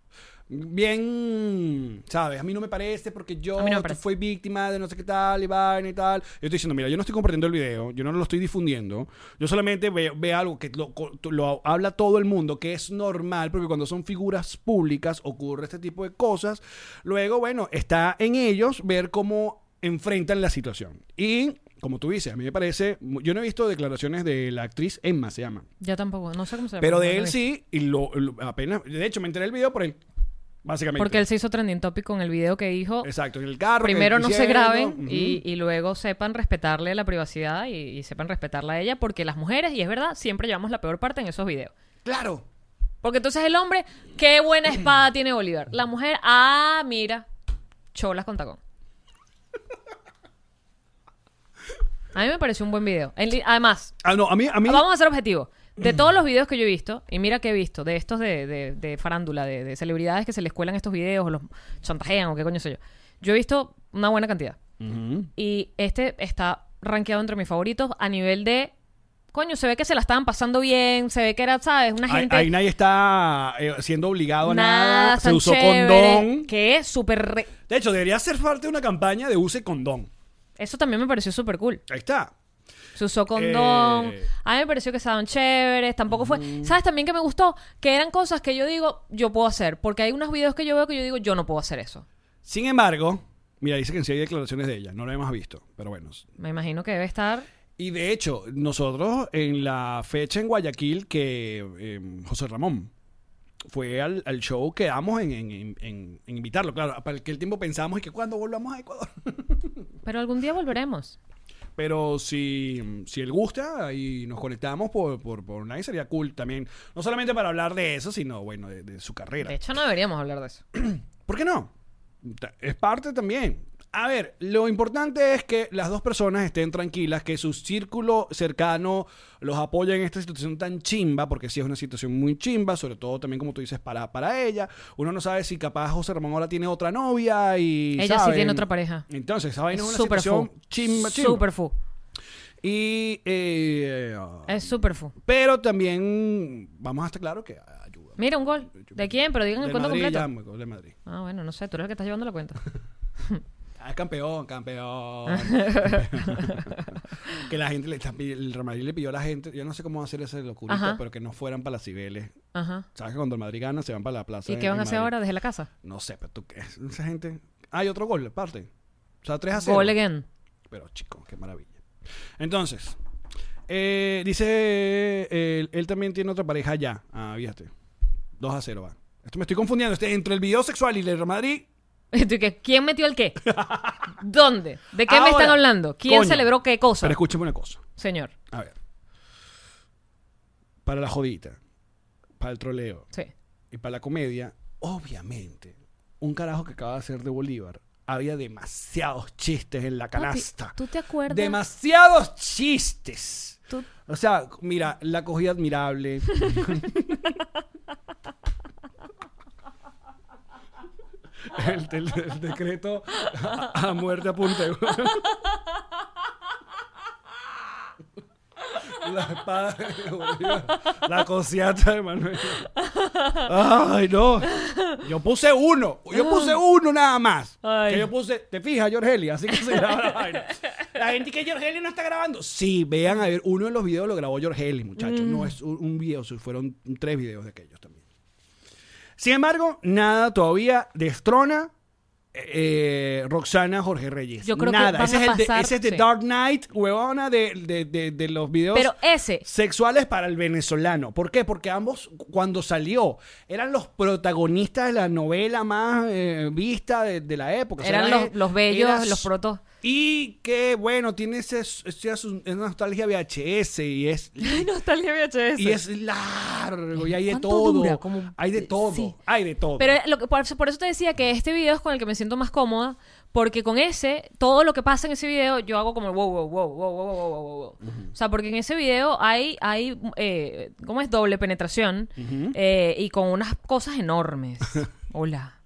[SPEAKER 1] Bien, ¿sabes? A mí no me parece porque yo
[SPEAKER 2] A mí no me parece.
[SPEAKER 1] fui víctima de no sé qué tal y vaina y tal. Yo estoy diciendo, mira, yo no estoy compartiendo el video, yo no lo estoy difundiendo, yo solamente veo, veo algo que lo, co- lo habla todo el mundo, que es normal, porque cuando son figuras públicas ocurre este tipo de cosas. Luego, bueno, está en ellos ver cómo enfrentan la situación. Y, como tú dices, a mí me parece, yo no he visto declaraciones de la actriz Emma, se llama.
[SPEAKER 2] Yo tampoco, no sé cómo se llama.
[SPEAKER 1] Pero
[SPEAKER 2] no
[SPEAKER 1] de
[SPEAKER 2] lo
[SPEAKER 1] él
[SPEAKER 2] vi.
[SPEAKER 1] sí, y lo, lo- apenas. De hecho, me enteré del video por él. Básicamente.
[SPEAKER 2] Porque él se hizo trending topic con el video que dijo.
[SPEAKER 1] Exacto, en el carro. que
[SPEAKER 2] Primero no se
[SPEAKER 1] hicieron,
[SPEAKER 2] graben
[SPEAKER 1] ujú.
[SPEAKER 2] y, y luego sepan respetarle la privacidad y, y sepan respetarla a ella, porque las mujeres, y es verdad, siempre llevamos la peor parte en esos videos.
[SPEAKER 1] Claro.
[SPEAKER 2] Porque entonces el hombre, qué buena espada tiene Bolívar. La mujer, ah, mira, cholas con tacón. A mí me pareció un buen video. En li- Además,
[SPEAKER 1] Ah, no, a mí. A mí
[SPEAKER 2] vamos a ser objetivos. De todos los videos que yo he visto, y mira que he visto, de estos de, de- de farándula, de, de celebridades que se les cuelan estos videos o los chantajean o qué coño sé yo, yo he visto una buena cantidad.
[SPEAKER 1] Ujú.
[SPEAKER 2] Y este está rankeado entre mis favoritos a nivel de... Coño, se ve que se la estaban pasando bien, se ve que era, ¿sabes? Una
[SPEAKER 1] Ahí,
[SPEAKER 2] gente...
[SPEAKER 1] ahí nadie está eh, siendo obligado a nada.
[SPEAKER 2] nada,
[SPEAKER 1] se usó condón.
[SPEAKER 2] Que es súper... re-
[SPEAKER 1] De hecho, debería ser parte de una campaña de use condón.
[SPEAKER 2] Eso también me pareció súper cool.
[SPEAKER 1] Ahí está.
[SPEAKER 2] Se usó condón.
[SPEAKER 1] Eh. Mm.
[SPEAKER 2] A mí me pareció que estaban chéveres. Tampoco fue. ¿Sabes también que me gustó? Que eran cosas que yo digo, yo puedo hacer. Porque hay unos videos que yo veo que yo digo, yo no puedo hacer eso.
[SPEAKER 1] Sin embargo, mira, dice que en sí hay declaraciones de ella. No lo hemos visto, pero bueno.
[SPEAKER 2] Me imagino que debe estar.
[SPEAKER 1] Y de hecho, nosotros en la fecha en Guayaquil que eh, José Ramón fue al, al show, quedamos en, en- en- en- en invitarlo. Claro, para aquel tiempo pensamos y que cuando volvamos a Ecuador. [laughs]
[SPEAKER 2] Pero algún día volveremos.
[SPEAKER 1] Pero si, si él gusta y nos conectamos por, por, por online, sería cool también. No solamente para hablar de eso, sino, bueno, de, de su carrera.
[SPEAKER 2] De hecho, no deberíamos hablar de eso.
[SPEAKER 1] ¿Por qué no? Ta- Es parte también. A ver, lo importante es que las dos personas estén tranquilas, que su círculo cercano los apoye en esta situación tan chimba, porque sí es una situación muy chimba, sobre todo también como tú dices, para, para ella. Uno no sabe si capaz José Ramón ahora tiene otra novia y...
[SPEAKER 2] Ella sí
[SPEAKER 1] ¿saben?
[SPEAKER 2] tiene otra pareja.
[SPEAKER 1] Entonces, esa vaina
[SPEAKER 2] Es
[SPEAKER 1] es una
[SPEAKER 2] súper
[SPEAKER 1] situación
[SPEAKER 2] fu.
[SPEAKER 1] chimba, chimba.
[SPEAKER 2] Súper fu.
[SPEAKER 1] Y... eh, ah,
[SPEAKER 2] Es súper fu.
[SPEAKER 1] Pero también vamos a estar claro que ayuda.
[SPEAKER 2] Mira, un gol. ¿De quién? Pero digan el
[SPEAKER 1] De
[SPEAKER 2] cuento
[SPEAKER 1] Madrid,
[SPEAKER 2] completo.
[SPEAKER 1] ya, gol de Madrid.
[SPEAKER 2] Ah, bueno, no sé. Tú eres el que estás llevando la cuenta.
[SPEAKER 1] Ah, es campeón, campeón.
[SPEAKER 2] [laughs]
[SPEAKER 1] que la gente, le, está pi- el Real Madrid le pidió a la gente, yo no sé cómo va a hacer ese locurito,
[SPEAKER 2] Ajá.
[SPEAKER 1] pero que no fueran para las Cibeles.
[SPEAKER 2] Ajá.
[SPEAKER 1] ¿Sabes que cuando el Madrid gana se van para la plaza?
[SPEAKER 2] ¿Y
[SPEAKER 1] en-
[SPEAKER 2] qué van
[SPEAKER 1] en
[SPEAKER 2] a hacer
[SPEAKER 1] Madrid?
[SPEAKER 2] ahora desde la casa?
[SPEAKER 1] No sé, pero tú qué. Esa gente. ah, Hay otro gol, aparte. O sea, 3 a 0.
[SPEAKER 2] Gol again. [laughs]
[SPEAKER 1] Pero chico, qué maravilla. Entonces, eh, dice, eh, él, él también tiene otra pareja ya. Ah, fíjate. 2 a 0 va. Esto me estoy confundiendo. Este, entre el video sexual y el Real Madrid,
[SPEAKER 2] Estoy que, ¿Quién metió el
[SPEAKER 1] [laughs]
[SPEAKER 2] qué? ¿Dónde? ¿De qué me
[SPEAKER 1] Ahora,
[SPEAKER 2] están hablando? ¿Quién
[SPEAKER 1] coño,
[SPEAKER 2] celebró qué cosa?
[SPEAKER 1] Pero escúchame una cosa.
[SPEAKER 2] Señor.
[SPEAKER 1] A ver. Para la jodita, para el troleo
[SPEAKER 2] Sí.
[SPEAKER 1] y para la comedia, obviamente, un carajo que acaba de hacer de Bolívar, había demasiados chistes en la canasta.
[SPEAKER 2] Papi, ¿Tú te acuerdas?
[SPEAKER 1] Demasiados chistes.
[SPEAKER 2] Tú-
[SPEAKER 1] O sea, mira, la cogida
[SPEAKER 2] [laughs]
[SPEAKER 1] admirable. el, el- el decreto a, a muerte a punta. de- La espada de Bolívar. La cosiata de Manuel. Ay, no. Yo puse uno. Yo puse uno nada más.
[SPEAKER 2] Ay.
[SPEAKER 1] Que yo puse, te fijas, Jorgeli, así que se graba la vaina. La gente que Jorgeli no está grabando. Sí, vean, a ver, uno de los videos lo grabó Jorgeli, muchachos.
[SPEAKER 2] Mm.
[SPEAKER 1] No es un, un video, se fueron tres videos de aquellos también. Sin embargo, nada todavía destrona eh, Roxana Jorge Reyes.
[SPEAKER 2] Yo creo que
[SPEAKER 1] nada.
[SPEAKER 2] van
[SPEAKER 1] ese,
[SPEAKER 2] a
[SPEAKER 1] es el de-
[SPEAKER 2] pasar-
[SPEAKER 1] ese es de
[SPEAKER 2] sí.
[SPEAKER 1] Dark Knight, huevona, de, de- de- de los videos
[SPEAKER 2] Pero ese.
[SPEAKER 1] sexuales para el venezolano. ¿Por qué? Porque ambos, cuando salió, eran los protagonistas de la novela más eh, vista de, de la época. O sea,
[SPEAKER 2] Eran
[SPEAKER 1] era-
[SPEAKER 2] los- los bellos,
[SPEAKER 1] era-
[SPEAKER 2] los protos.
[SPEAKER 1] Y que, bueno, tiene ese, ese asun- es nostalgia VHS y es,
[SPEAKER 2] Nostalgia VHS.
[SPEAKER 1] y es largo y hay de
[SPEAKER 2] ¿Cuánto
[SPEAKER 1] todo.
[SPEAKER 2] dura? Como-
[SPEAKER 1] Hay de todo.
[SPEAKER 2] sí.
[SPEAKER 1] Hay de todo.
[SPEAKER 2] Pero lo que- por, eso- por eso te decía que este video es con el que me siento más cómoda, porque con ese, todo lo que pasa en ese video, yo hago como wow, wow, wow, wow, wow, wow, wow, wow, wow. O sea, porque en ese video hay, hay eh, ¿cómo es? Doble penetración eh, y con unas cosas
[SPEAKER 1] [laughs]
[SPEAKER 2] enormes. Hola.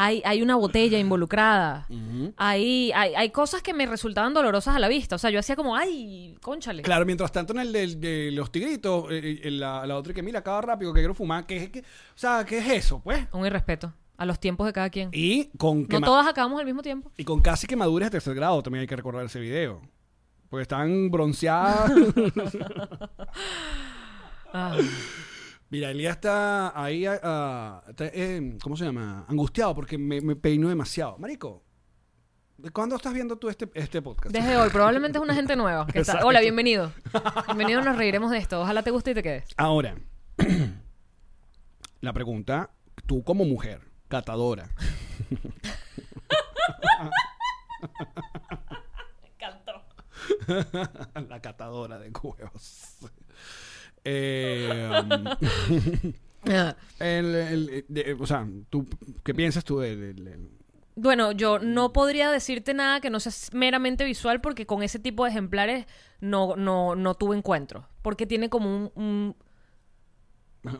[SPEAKER 2] Hay, hay una botella involucrada. hay, hay, hay cosas que me resultaban dolorosas a la vista. O sea, yo hacía como, ay, conchale.
[SPEAKER 1] Claro, mientras tanto en el del- de, los tigritos, eh, eh, la, la otra que mira, acaba rápido, que quiero fumar, que, que, o sea, ¿qué es eso, pues?
[SPEAKER 2] Un irrespeto a los tiempos de cada quien.
[SPEAKER 1] Y con que
[SPEAKER 2] No
[SPEAKER 1] ma-
[SPEAKER 2] todas acabamos al mismo tiempo.
[SPEAKER 1] Y con casi quemaduras de tercer grado también hay que recordar ese video. Porque están bronceadas.
[SPEAKER 2] Ah.
[SPEAKER 1] Mira, Elías está ahí, ah, está, eh, ¿cómo se llama? Angustiado porque me, me peinó demasiado. Marico, ¿de cuándo estás viendo tú este, este podcast?
[SPEAKER 2] Desde hoy, probablemente es una gente nueva. que está-
[SPEAKER 1] Exacto.
[SPEAKER 2] Hola, bienvenido. Bienvenido, nos reiremos de esto. Ojalá te guste y te quedes.
[SPEAKER 1] Ahora, [clears throat] la pregunta, tú como mujer, catadora, [laughs] la catadora de huevos. Eh, um, el- el- de- o sea, ¿tú, ¿qué piensas tú del... del- del-
[SPEAKER 2] Bueno, yo no podría decirte nada que no sea meramente visual porque con ese tipo de ejemplares no, no, no tuve encuentro. Porque tiene como un, un-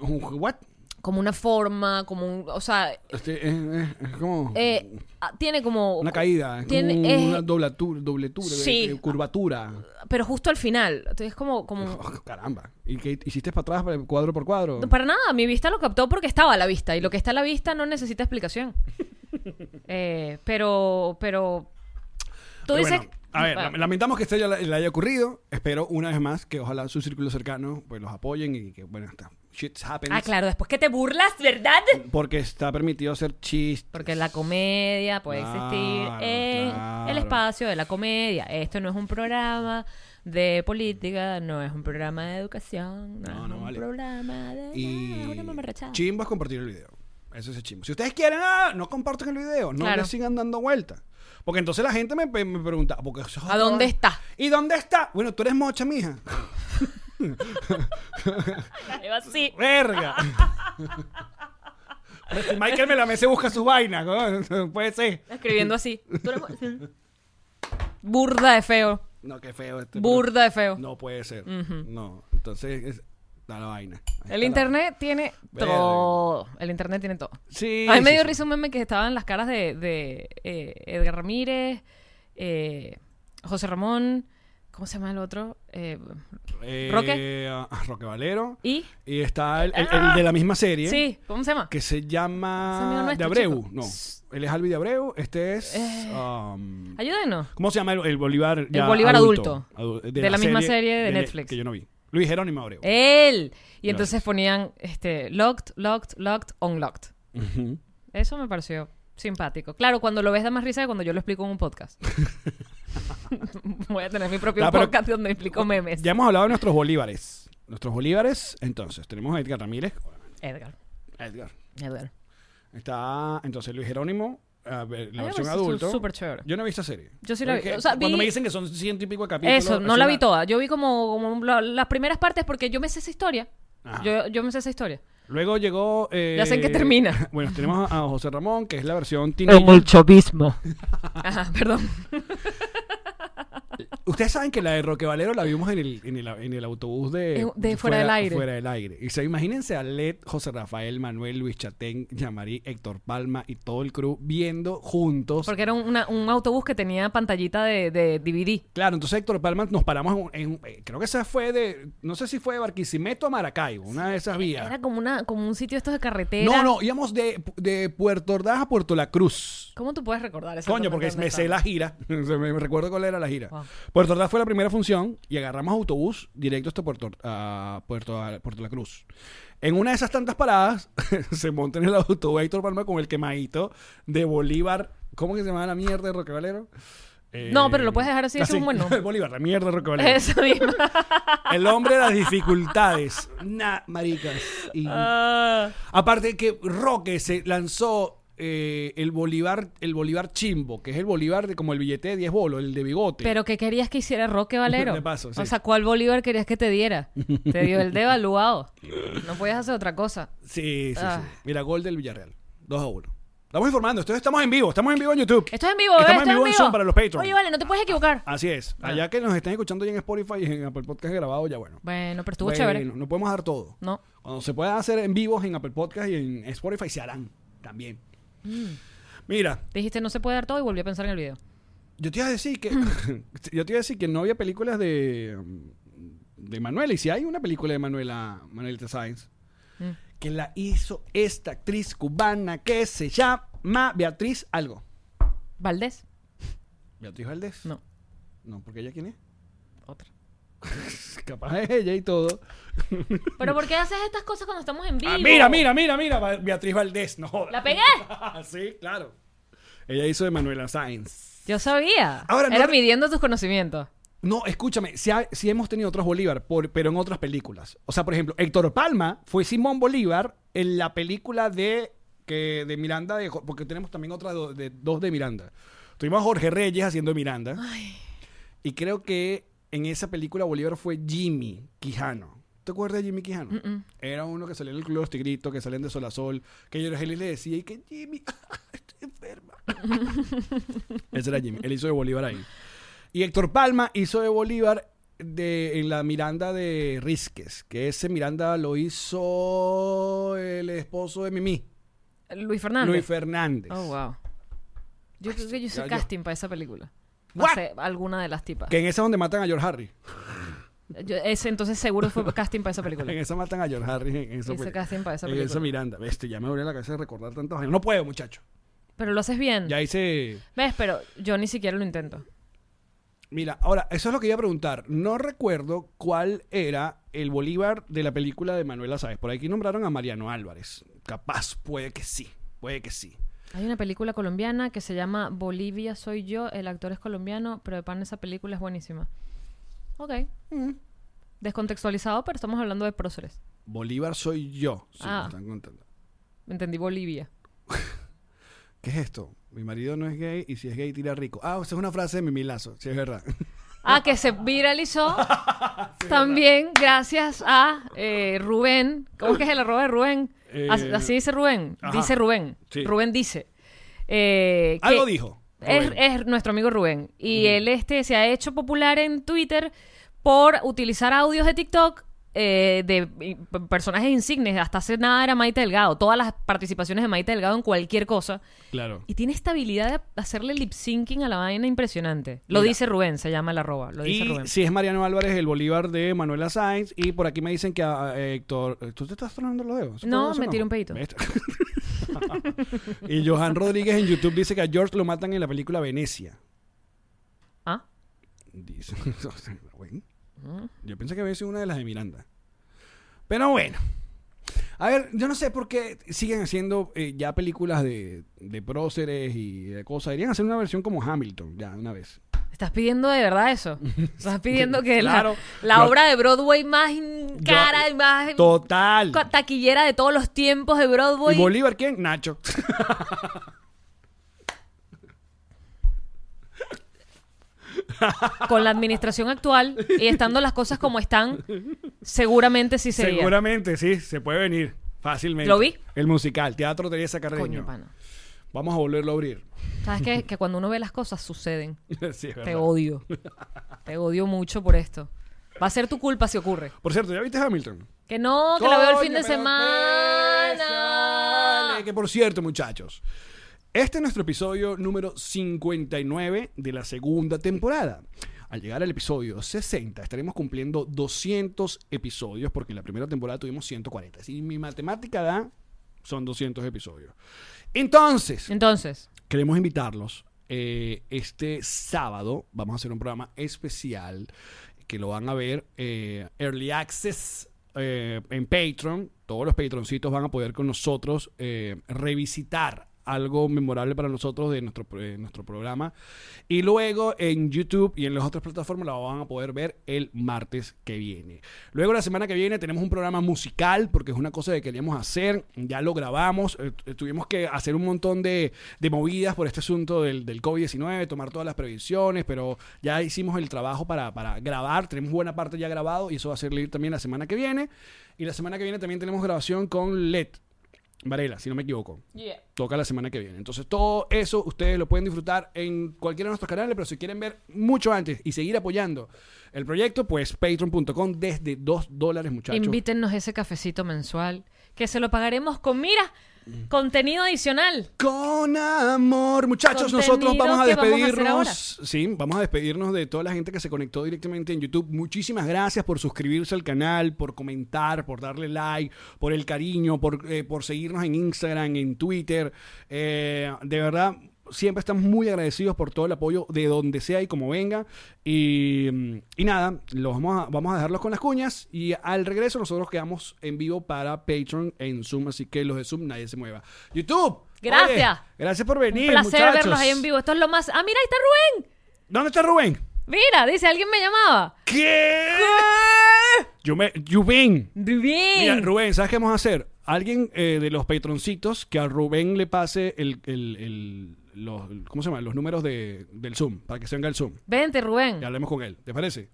[SPEAKER 1] un- ¿What?
[SPEAKER 2] como una forma, como un... O sea,
[SPEAKER 1] Este, eh, eh, es como...
[SPEAKER 2] eh, ah, tiene como...
[SPEAKER 1] una caída, es como
[SPEAKER 2] tiene- es-
[SPEAKER 1] una doblatura, dobletura,
[SPEAKER 2] Sí.
[SPEAKER 1] eh, curvatura.
[SPEAKER 2] Pero justo al final. Entonces es como... como
[SPEAKER 1] Oh, caramba. ¿Y qué hiciste para atrás, para- cuadro por cuadro?
[SPEAKER 2] Para nada, mi vista lo captó porque estaba a la vista y lo que está a la vista no necesita
[SPEAKER 1] [laughs]
[SPEAKER 2] explicación. Eh, pero, pero... Tú
[SPEAKER 1] Pero
[SPEAKER 2] dices...
[SPEAKER 1] bueno, a ver,
[SPEAKER 2] Ah.
[SPEAKER 1] lam- lamentamos que esto ya le le haya ocurrido. Espero una vez más que ojalá su círculo cercano pues los apoyen y que, bueno, está. Shit happens.
[SPEAKER 2] Ah, claro, después que te burlas, ¿verdad?
[SPEAKER 1] Porque está permitido hacer chistes.
[SPEAKER 2] Porque la comedia puede
[SPEAKER 1] Claro,
[SPEAKER 2] existir en
[SPEAKER 1] claro.
[SPEAKER 2] el espacio de la comedia. Esto no es un programa de política, no es un programa de educación, no,
[SPEAKER 1] No,
[SPEAKER 2] es
[SPEAKER 1] no
[SPEAKER 2] un
[SPEAKER 1] vale.
[SPEAKER 2] programa de
[SPEAKER 1] Y
[SPEAKER 2] es Ah, una mamarrachada.
[SPEAKER 1] chimbo es compartir el video. Eso es chimbo. Si ustedes quieren, ah, no compartan el video. No
[SPEAKER 2] Claro.
[SPEAKER 1] le sigan dando vueltas. Porque entonces la gente me, pe- me pregunta, "Ah, porque eso es
[SPEAKER 2] ¿A
[SPEAKER 1] otra
[SPEAKER 2] dónde
[SPEAKER 1] vaina.
[SPEAKER 2] está?
[SPEAKER 1] ¿Y dónde está? Bueno, tú eres mocha, mija.
[SPEAKER 2] Ahí va, sí.
[SPEAKER 1] ¡Verga! Pero si Michael me la me se busca sus vainas, ¿no? [laughs] puede ser. [laughs]
[SPEAKER 2] Escribiendo así. Tú eres- Burda de feo.
[SPEAKER 1] No, qué feo este.
[SPEAKER 2] Burda de feo.
[SPEAKER 1] No puede ser. No. Entonces, es- da la vaina. Ahí está
[SPEAKER 2] El
[SPEAKER 1] la-
[SPEAKER 2] internet tiene
[SPEAKER 1] Verga.
[SPEAKER 2] todo. El internet tiene todo.
[SPEAKER 1] Sí.
[SPEAKER 2] A mí me
[SPEAKER 1] sí,
[SPEAKER 2] dio
[SPEAKER 1] sí.
[SPEAKER 2] risa un meme que estaban las caras de, de, eh, Edgar Ramírez, eh, José Ramón, ¿cómo se llama el otro? Eh,
[SPEAKER 1] Eh,
[SPEAKER 2] Roque.
[SPEAKER 1] ah, Roque Valero.
[SPEAKER 2] y.
[SPEAKER 1] Y está el, el- el de la misma serie.
[SPEAKER 2] Sí, ¿cómo se llama?
[SPEAKER 1] Que se
[SPEAKER 2] Se me olvidó
[SPEAKER 1] llama. de
[SPEAKER 2] nuestro
[SPEAKER 1] Abreu.
[SPEAKER 2] chico.
[SPEAKER 1] No.
[SPEAKER 2] S-
[SPEAKER 1] Él es Albi de Abreu. Este es.
[SPEAKER 2] Eh.
[SPEAKER 1] um,
[SPEAKER 2] Ayúdenos.
[SPEAKER 1] ¿Cómo se llama el, el Bolívar? ya
[SPEAKER 2] Bolívar
[SPEAKER 1] Adu-
[SPEAKER 2] De la misma serie de Netflix. Eh.
[SPEAKER 1] Que yo no vi. Luis Jerónimo Abreu.
[SPEAKER 2] Él. Y
[SPEAKER 1] Gracias.
[SPEAKER 2] entonces ponían este, locked, locked, locked, unlocked.
[SPEAKER 1] Ujú.
[SPEAKER 2] Eso me pareció simpático. Claro, cuando lo ves da más risa que cuando yo lo explico en
[SPEAKER 1] [laughs]
[SPEAKER 2] un podcast. [laughs] Voy a tener mi propio
[SPEAKER 1] No, pero-
[SPEAKER 2] podcast donde explico memes.
[SPEAKER 1] Ya hemos hablado de nuestros bolívares. Nuestros bolívares, entonces, tenemos a Edgar Ramírez.
[SPEAKER 2] Edgar.
[SPEAKER 1] Edgar.
[SPEAKER 2] Edgar.
[SPEAKER 1] Está entonces Luis Jerónimo, a ver, la
[SPEAKER 2] A mí me
[SPEAKER 1] versión
[SPEAKER 2] pareció
[SPEAKER 1] adulto.
[SPEAKER 2] súper chévere.
[SPEAKER 1] Yo no he visto esa serie.
[SPEAKER 2] Yo sí la vi.
[SPEAKER 1] Porque
[SPEAKER 2] O sea,
[SPEAKER 1] cuando
[SPEAKER 2] vi-
[SPEAKER 1] me dicen que son ciento y pico de capítulos.
[SPEAKER 2] Eso, no la vi
[SPEAKER 1] es una-
[SPEAKER 2] toda. Yo vi como, como la- las primeras partes porque yo me sé esa historia.
[SPEAKER 1] Ajá.
[SPEAKER 2] Yo, yo me sé esa historia.
[SPEAKER 1] Luego llegó. eh,
[SPEAKER 2] Ya sé en qué termina.
[SPEAKER 1] [laughs] Bueno, tenemos a a José Ramón, que es la versión teenager.
[SPEAKER 4] En el chovismo.
[SPEAKER 2] Ajá, [laughs] perdón.
[SPEAKER 1] Ustedes saben que la de Roque Valero la vimos en el, en el, en el autobús de,
[SPEAKER 2] Eh, de Fuera del Aire.
[SPEAKER 1] Fuera del aire. Y se imagínense a Led, José Rafael, Manuel, Luis Chatén, Yamarí, Héctor Palma y todo el crew viendo juntos.
[SPEAKER 2] Porque era un- una- un autobús que tenía pantallita de, de DVD.
[SPEAKER 1] Claro, entonces Héctor Palma nos paramos en, un- en un- eh, creo que esa fue de, no sé si fue de Barquisimeto a Maracaibo, una de esas vías.
[SPEAKER 2] Era como, una, como un sitio estos de carretera.
[SPEAKER 1] No, no, íbamos de, de Puerto Ordaz a Puerto La Cruz.
[SPEAKER 2] ¿Cómo tú puedes recordar eso?
[SPEAKER 1] Coño, porque me
[SPEAKER 2] [laughs]
[SPEAKER 1] sé la gira. [laughs] O sea, me me recuerdo cuál era la gira.
[SPEAKER 2] Wow.
[SPEAKER 1] Puerto Ordaz fue la primera función y agarramos autobús directo hasta Puerto, Or- a Puerto, a Puerto La Cruz. En una de esas tantas paradas [laughs] se monta en el autobús Héctor Palma con el quemadito de Bolívar. ¿Cómo que se llama la mierda de Roque Valero? Eh,
[SPEAKER 2] No, pero lo puedes dejar así,
[SPEAKER 1] ah,
[SPEAKER 2] ese es
[SPEAKER 1] [laughs]
[SPEAKER 2] un buen nombre.
[SPEAKER 1] Bolívar, la mierda de Roque Valero.
[SPEAKER 2] Eso mismo.
[SPEAKER 1] [laughs] El hombre de las dificultades. Nah, maricas. Y-
[SPEAKER 2] Ah.
[SPEAKER 1] Aparte que Roque se lanzó eh, el Bolívar, el Bolívar chimbo, que es el Bolívar de como el billete de 10 bolos, el de bigote.
[SPEAKER 2] Pero ¿qué querías que hiciera Roque
[SPEAKER 1] [laughs]
[SPEAKER 2] Valero?
[SPEAKER 1] De paso, sí.
[SPEAKER 2] O sea, ¿cuál Bolívar querías que te diera? Te dio
[SPEAKER 1] [laughs]
[SPEAKER 2] el devaluado. No podías hacer otra cosa.
[SPEAKER 1] sí, sí,
[SPEAKER 2] Ah.
[SPEAKER 1] sí. Mira, gol del Villarreal. 2 a 1. Estamos informando, esto estamos en vivo, estamos en vivo en YouTube.
[SPEAKER 2] Esto es en vivo, ¿eh?
[SPEAKER 1] Estamos
[SPEAKER 2] Esto
[SPEAKER 1] en
[SPEAKER 2] es
[SPEAKER 1] vivo en Zoom para los Patreons.
[SPEAKER 2] Oye, vale, no te puedes equivocar.
[SPEAKER 1] Así es.
[SPEAKER 2] Ah.
[SPEAKER 1] Allá que nos están escuchando ya en Spotify y en Apple Podcast grabado, ya bueno.
[SPEAKER 2] Bueno, pero estuvo
[SPEAKER 1] Bueno,
[SPEAKER 2] chévere.
[SPEAKER 1] No podemos dar todo.
[SPEAKER 2] No.
[SPEAKER 1] Cuando se puedan hacer en vivos en Apple Podcast y en Spotify se harán también.
[SPEAKER 2] Mm.
[SPEAKER 1] Mira,
[SPEAKER 2] Dijiste no se puede dar todo y volví a pensar en el video.
[SPEAKER 1] Yo te iba a decir
[SPEAKER 2] [laughs]
[SPEAKER 1] que [laughs] yo te iba a decir que no había películas de de Manuela y si hay una película de Manuela Manuelita Sáenz
[SPEAKER 2] Mm.
[SPEAKER 1] que la hizo esta actriz cubana que se llama Beatriz algo.
[SPEAKER 2] ¿Valdés?
[SPEAKER 1] Beatriz Valdés.
[SPEAKER 2] No,
[SPEAKER 1] No, porque ella quién es?
[SPEAKER 2] otra.
[SPEAKER 1] [laughs] Capaz es ella y todo.
[SPEAKER 2] ¿Pero por qué haces estas cosas cuando estamos en vivo?
[SPEAKER 1] Ah, mira, mira, mira, mira, Va- Beatriz Valdés, no. jodas.
[SPEAKER 2] ¿La pegué?
[SPEAKER 1] [laughs] sí, claro. Ella hizo de Manuela Sáenz.
[SPEAKER 2] Yo sabía.
[SPEAKER 1] Ahora, no
[SPEAKER 2] Era
[SPEAKER 1] re-
[SPEAKER 2] midiendo tus conocimientos.
[SPEAKER 1] No, escúchame, si, ha- si hemos tenido otros Bolívar, por- pero en otras películas. O sea, por ejemplo, Héctor Palma fue Simón Bolívar en la película de, que, de Miranda, de Jo- porque tenemos también otras do- de, dos de Miranda. Tuvimos a Jorge Reyes haciendo Miranda. Y creo que en esa película Bolívar fue Jimmy Quijano. ¿Te acuerdas de Jimmy Quijano? Era uno que salía en el Club de los Tigritos, que salían de Sol a Sol, que yo le decía, y que Jimmy, [laughs] estoy enferma. Ese era Jimmy, él hizo de Bolívar ahí. Y Héctor Palma hizo de Bolívar de, en la Miranda de Rizques, que ese Miranda lo hizo el esposo de Mimi,
[SPEAKER 2] Luis Fernández.
[SPEAKER 1] Luis Fernández.
[SPEAKER 2] Oh, wow. Yo creo que yo hice
[SPEAKER 1] ya, yo.
[SPEAKER 2] casting para esa película. No
[SPEAKER 1] What?
[SPEAKER 2] sé, alguna de las tipas.
[SPEAKER 1] Que en esa es donde matan a George
[SPEAKER 2] [laughs]
[SPEAKER 1] Harry.
[SPEAKER 2] Yo- ese entonces seguro fue casting para esa película.
[SPEAKER 1] [laughs] En esa matan a George Harry. En esa,
[SPEAKER 2] Hice
[SPEAKER 1] peli-
[SPEAKER 2] casting para esa
[SPEAKER 1] en
[SPEAKER 2] película.
[SPEAKER 1] esa Miranda. Bestia, ya me duele la cabeza de recordar tantas vainas. No puedo, muchacho.
[SPEAKER 2] Pero lo haces bien.
[SPEAKER 1] Ya hice...
[SPEAKER 2] ¿Ves? Pero yo ni siquiera lo intento.
[SPEAKER 1] Mira, ahora, eso es lo que iba a preguntar. No recuerdo cuál era el Bolívar de la película de Manuela Sáez. Por aquí nombraron a Mariano Álvarez. Capaz, puede que sí, puede que sí.
[SPEAKER 2] Hay una película colombiana que se llama Bolivia soy yo, el actor es colombiano, pero de pan esa película es buenísima. Ok.
[SPEAKER 1] Mm.
[SPEAKER 2] Descontextualizado, pero estamos hablando de próceres.
[SPEAKER 1] Bolívar soy yo. Sí,
[SPEAKER 2] Ah.
[SPEAKER 1] me están contando.
[SPEAKER 2] Entendí Bolivia.
[SPEAKER 1] ¿Qué es esto? Mi marido no es gay y si es gay tira rico. Ah, esa es una frase de Mimi Lazo, si es verdad. [laughs]
[SPEAKER 2] Ah, que se viralizó también gracias a eh, Rubén. ¿Cómo es que es el arroba de Rubén?
[SPEAKER 1] Eh,
[SPEAKER 2] As- Así dice Rubén.
[SPEAKER 1] ajá.
[SPEAKER 2] Dice Rubén.
[SPEAKER 1] Sí.
[SPEAKER 2] Rubén dice. eh, que-
[SPEAKER 1] Algo dijo.
[SPEAKER 2] Es,
[SPEAKER 1] Rubén.
[SPEAKER 2] es nuestro amigo Rubén. Y él este, se ha hecho popular en Twitter por utilizar audios de TikTok eh, de eh, p- personajes insignes. Hasta hace nada era Maite Delgado. Todas las participaciones de Maite Delgado en cualquier cosa.
[SPEAKER 1] Claro.
[SPEAKER 2] Y tiene esta habilidad de hacerle lip syncing a la vaina impresionante. Lo
[SPEAKER 1] Mira.
[SPEAKER 2] dice Rubén, se llama la arroba. Lo dice
[SPEAKER 1] Y
[SPEAKER 2] Rubén.
[SPEAKER 1] si es Mariano Álvarez, el Bolívar de Manuela Sáenz. Y por aquí me dicen que a, a Héctor. ¿Tú te estás tronando los dedos?
[SPEAKER 2] No,
[SPEAKER 1] ¿Eso
[SPEAKER 2] me tiré un pedito.
[SPEAKER 1] ¿Ves? [laughs] y Johan Rodríguez en YouTube dice que a George lo matan en la película Venecia.
[SPEAKER 2] Ah,
[SPEAKER 1] Dice. [laughs] Bueno,
[SPEAKER 2] ¿Mm?
[SPEAKER 1] Yo pensé que había sido una de las de Miranda. Pero bueno. A ver, yo no sé por qué siguen haciendo eh, ya películas de, de próceres y de cosas. Deberían hacer una versión como Hamilton, ya, una vez.
[SPEAKER 2] ¿estás pidiendo de verdad eso? ¿Estás pidiendo que la-
[SPEAKER 1] Claro.
[SPEAKER 2] la,
[SPEAKER 1] Yo-
[SPEAKER 2] obra de Broadway más in-
[SPEAKER 1] Yo-
[SPEAKER 2] cara y más
[SPEAKER 1] Total.
[SPEAKER 2] ca- taquillera de todos los tiempos de
[SPEAKER 1] ¿Y [laughs]
[SPEAKER 2] Broadway
[SPEAKER 1] Bolívar quién? Nacho.
[SPEAKER 2] con la administración actual y estando las cosas como están, seguramente sí sería.
[SPEAKER 1] Seguramente, sí, se puede venir fácilmente.
[SPEAKER 2] Lo vi.
[SPEAKER 1] El musical, Teatro Teresa Carreño.
[SPEAKER 2] Coño, pana.
[SPEAKER 1] Vamos a volverlo a abrir. [laughs]
[SPEAKER 2] ¿Sabes qué? Que cuando uno ve las cosas suceden.
[SPEAKER 1] sí, es
[SPEAKER 2] Te
[SPEAKER 1] verdad.
[SPEAKER 2] odio. Te odio mucho por esto. Va a ser tu culpa si ocurre.
[SPEAKER 1] Por cierto, ¿ya viste Hamilton?
[SPEAKER 2] Que no, que la veo el
[SPEAKER 1] Coño,
[SPEAKER 2] fin de
[SPEAKER 1] pero
[SPEAKER 2] semana.
[SPEAKER 1] pésale, Que por cierto, muchachos, este es nuestro episodio número 59 de la segunda temporada. Al llegar al episodio 60 estaremos cumpliendo 200 episodios porque en la primera temporada tuvimos 140. Si mi matemática da, son 200 episodios. Entonces,
[SPEAKER 2] Entonces,
[SPEAKER 1] queremos invitarlos. eh, este sábado vamos a hacer un programa especial que lo van a ver eh, Early Access eh, en Patreon. Todos los patroncitos van a poder con nosotros eh, revisitar algo memorable para nosotros de nuestro, pro- eh, nuestro programa. Y luego en YouTube y en las otras plataformas la van a poder ver el martes que viene. Luego la semana que viene tenemos un programa musical porque es una cosa que queríamos hacer. Ya lo grabamos. eh, tu- tuvimos que hacer un montón de, de movidas por este asunto del, del COVID-19, tomar todas las previsiones, pero ya hicimos el trabajo para, para grabar. Tenemos buena parte ya grabado y eso va a salir también la semana que viene. Y la semana que viene también tenemos grabación con LED. Varela, si no me equivoco toca la semana que viene. Entonces, todo eso ustedes lo pueden disfrutar en cualquiera de nuestros canales, pero si quieren ver mucho antes y seguir apoyando el proyecto, pues patreon.com desde 2 dólares, muchachos.
[SPEAKER 2] invítennos ese cafecito mensual. Que se lo pagaremos con, mira, contenido adicional.
[SPEAKER 1] Con amor, muchachos,
[SPEAKER 2] Contenido
[SPEAKER 1] nosotros vamos a
[SPEAKER 2] que vamos a hacer
[SPEAKER 1] despedirnos.
[SPEAKER 2] ahora.
[SPEAKER 1] sí, vamos a despedirnos de toda la gente que se conectó directamente en YouTube. Muchísimas gracias por suscribirse al canal, por comentar, por darle like, por el cariño, por, eh, por seguirnos en Instagram, en Twitter. Eh, de verdad. Siempre estamos muy agradecidos por todo el apoyo de donde sea y como venga. Y, mm, y nada, los vamos a, vamos a dejarlos con las cuñas. Y al regreso nosotros quedamos en vivo para Patreon en Zoom. Así que los de Zoom nadie se mueva. YouTube.
[SPEAKER 2] Gracias.
[SPEAKER 1] Oye, gracias por venir.
[SPEAKER 2] Un placer
[SPEAKER 1] muchachos.
[SPEAKER 2] verlos ahí en vivo. Esto es lo más. Ah, mira, ahí está Rubén.
[SPEAKER 1] ¿Dónde está Rubén?
[SPEAKER 2] Mira, dice, alguien me llamaba.
[SPEAKER 1] ¿Qué? Yo me, Rubén.
[SPEAKER 2] Rubén.
[SPEAKER 1] Mira, Rubén, ¿sabes qué vamos a hacer? Alguien eh, de los patroncitos que a Rubén le pase el, el- el- los, ¿cómo se llama? Los números de, del Zoom, para que se venga el Zoom.
[SPEAKER 2] Vente, Rubén.
[SPEAKER 1] Y hablemos con él, ¿te parece?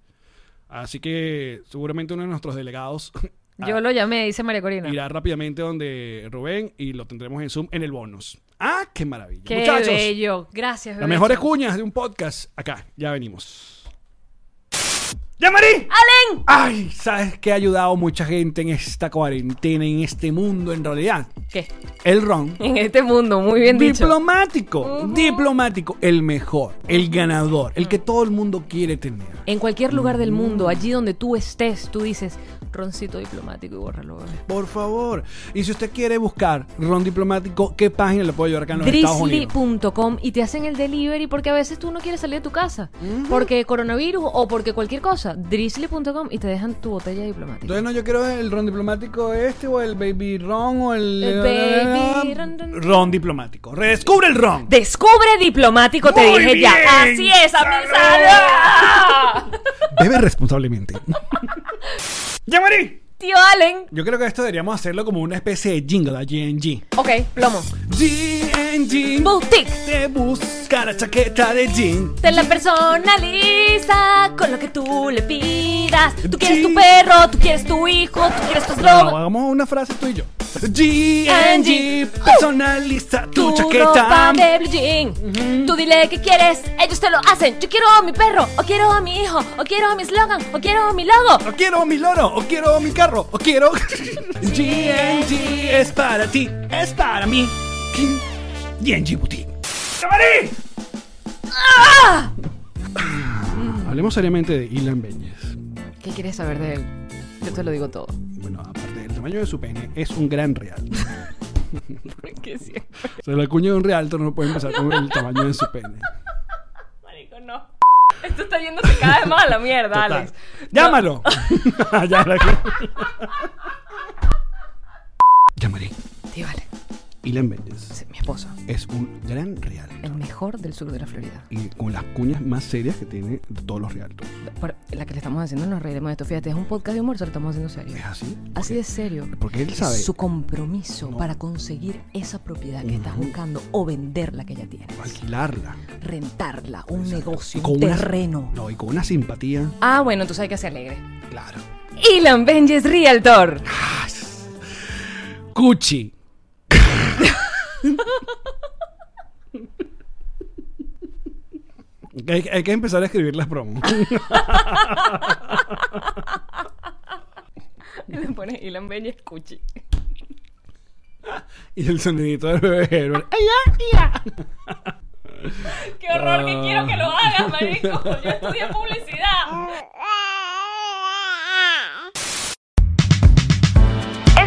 [SPEAKER 1] Así que seguramente uno de nuestros delegados
[SPEAKER 2] [laughs]
[SPEAKER 1] ah.
[SPEAKER 2] Yo lo llamé, dice María Corina.
[SPEAKER 1] irá rápidamente donde Rubén y lo tendremos en Zoom en el bonus. ¡Ah, qué maravilla!
[SPEAKER 2] Qué
[SPEAKER 1] Muchachos,
[SPEAKER 2] bello. Gracias,
[SPEAKER 1] Las
[SPEAKER 2] bebé.
[SPEAKER 1] mejores cuñas de un podcast. Acá, ya venimos. ¡Ya, Marí!
[SPEAKER 2] ¡Alen!
[SPEAKER 1] ¡Ay! ¿Sabes qué ha ayudado a mucha gente en esta cuarentena, en este mundo en realidad?
[SPEAKER 2] ¿Qué? [laughs]
[SPEAKER 1] El ron.
[SPEAKER 2] En este mundo, muy bien dicho.
[SPEAKER 1] Diplomático. Diplomático. El mejor. El ganador. El que todo el mundo quiere tener.
[SPEAKER 2] En cualquier lugar del mundo, allí donde tú estés, tú dices roncito diplomático y bórralo. bebé".
[SPEAKER 1] Por favor. Y si usted quiere buscar ron diplomático, ¿qué página le puedo ayudar acá en los Estados Unidos?
[SPEAKER 2] Drizzly.com y te hacen el delivery porque a veces tú no quieres salir de tu casa porque coronavirus o porque cualquier cosa. Drizzly.com y te dejan tu botella diplomática.
[SPEAKER 1] Entonces, no, yo quiero el ron diplomático este o el baby ron o el... eh,
[SPEAKER 2] El baby ron, ron.
[SPEAKER 1] Ron diplomático. Redescubre el ron.
[SPEAKER 2] Descubre diplomático, te
[SPEAKER 1] Muy
[SPEAKER 2] dije ya.
[SPEAKER 1] bien,
[SPEAKER 2] Así es,
[SPEAKER 1] salud.
[SPEAKER 2] amizada.
[SPEAKER 1] Bebe [laughs] responsablemente. ¡Yamari!
[SPEAKER 2] [laughs] Tío Allen.
[SPEAKER 1] Yo creo que esto deberíamos hacerlo como una especie de jingle a GNG.
[SPEAKER 2] Ok, plomo.
[SPEAKER 1] GNG
[SPEAKER 2] Boutique.
[SPEAKER 1] te busca la chaqueta de jean.
[SPEAKER 2] Te la personaliza con lo que tú le pidas. Tú quieres tu
[SPEAKER 1] Sí.
[SPEAKER 2] perro, tú quieres tu hijo, tú quieres tu
[SPEAKER 1] No,
[SPEAKER 2] eslogan.
[SPEAKER 1] hagamos una frase tú y yo. GNG personaliza tu chaqueta.
[SPEAKER 2] ropa de blue jean. Tú dile qué quieres, ellos te lo hacen. Yo quiero a mi perro, o quiero a mi hijo, o quiero a mi eslogan, o quiero a mi logo.
[SPEAKER 1] O quiero mi loro, o quiero mi carro, o
[SPEAKER 2] [laughs]
[SPEAKER 1] quiero. GNG es para ti, es para mí. GNG Boutique. ¡Yamari!
[SPEAKER 2] ¡Ah!
[SPEAKER 1] Hablemos seriamente de Ilan Beñez.
[SPEAKER 2] ¿Qué quieres saber de él? Yo te lo digo todo.
[SPEAKER 1] Bueno, aparte del tamaño de su pene, es un gran real.
[SPEAKER 2] [laughs] Porque siempre,
[SPEAKER 1] O sea, la cuña de un realtor no puede empezar con el tamaño de su pene.
[SPEAKER 2] marico, no. Esto está yéndose cada vez más a la mierda,
[SPEAKER 1] Total.
[SPEAKER 2] Alex.
[SPEAKER 1] ¡Llámalo! [laughs] Ya la-
[SPEAKER 2] Tío Alex,
[SPEAKER 1] Ilan Méndez
[SPEAKER 2] Sí, mi esposo,
[SPEAKER 1] es un gran realtor.
[SPEAKER 2] el mejor del sur de la Florida.
[SPEAKER 1] Y con las cuñas más serias que tiene de todos los realtors.
[SPEAKER 2] Por- la que le estamos haciendo, nos reiremos de esto. Fíjate, es un podcast de humor, se lo estamos haciendo serio.
[SPEAKER 1] ¿Es así?
[SPEAKER 2] Así de serio.
[SPEAKER 1] Porque él sabe.
[SPEAKER 2] Su compromiso
[SPEAKER 1] No.
[SPEAKER 2] para conseguir esa propiedad que estás
[SPEAKER 1] Ujú.
[SPEAKER 2] buscando o vender la que ya tienes.
[SPEAKER 1] Alquilarla.
[SPEAKER 2] Rentarla, un negocio,
[SPEAKER 1] Y
[SPEAKER 2] un
[SPEAKER 1] una-
[SPEAKER 2] terreno.
[SPEAKER 1] no, y con una simpatía.
[SPEAKER 2] Ah, bueno, entonces hay que ser alegre.
[SPEAKER 1] Claro.
[SPEAKER 2] Ilan Benjes Realtor. [laughs]
[SPEAKER 1] Cuchi. [laughs] hay, hay que empezar a escribir las promos. [laughs]
[SPEAKER 2] Le pones Ilan Benjes Cuchi.
[SPEAKER 1] y el sonidito del bebé Herbert.
[SPEAKER 2] Qué horror que quiero que lo hagas, marico. Yo estudié [laughs] publicidad.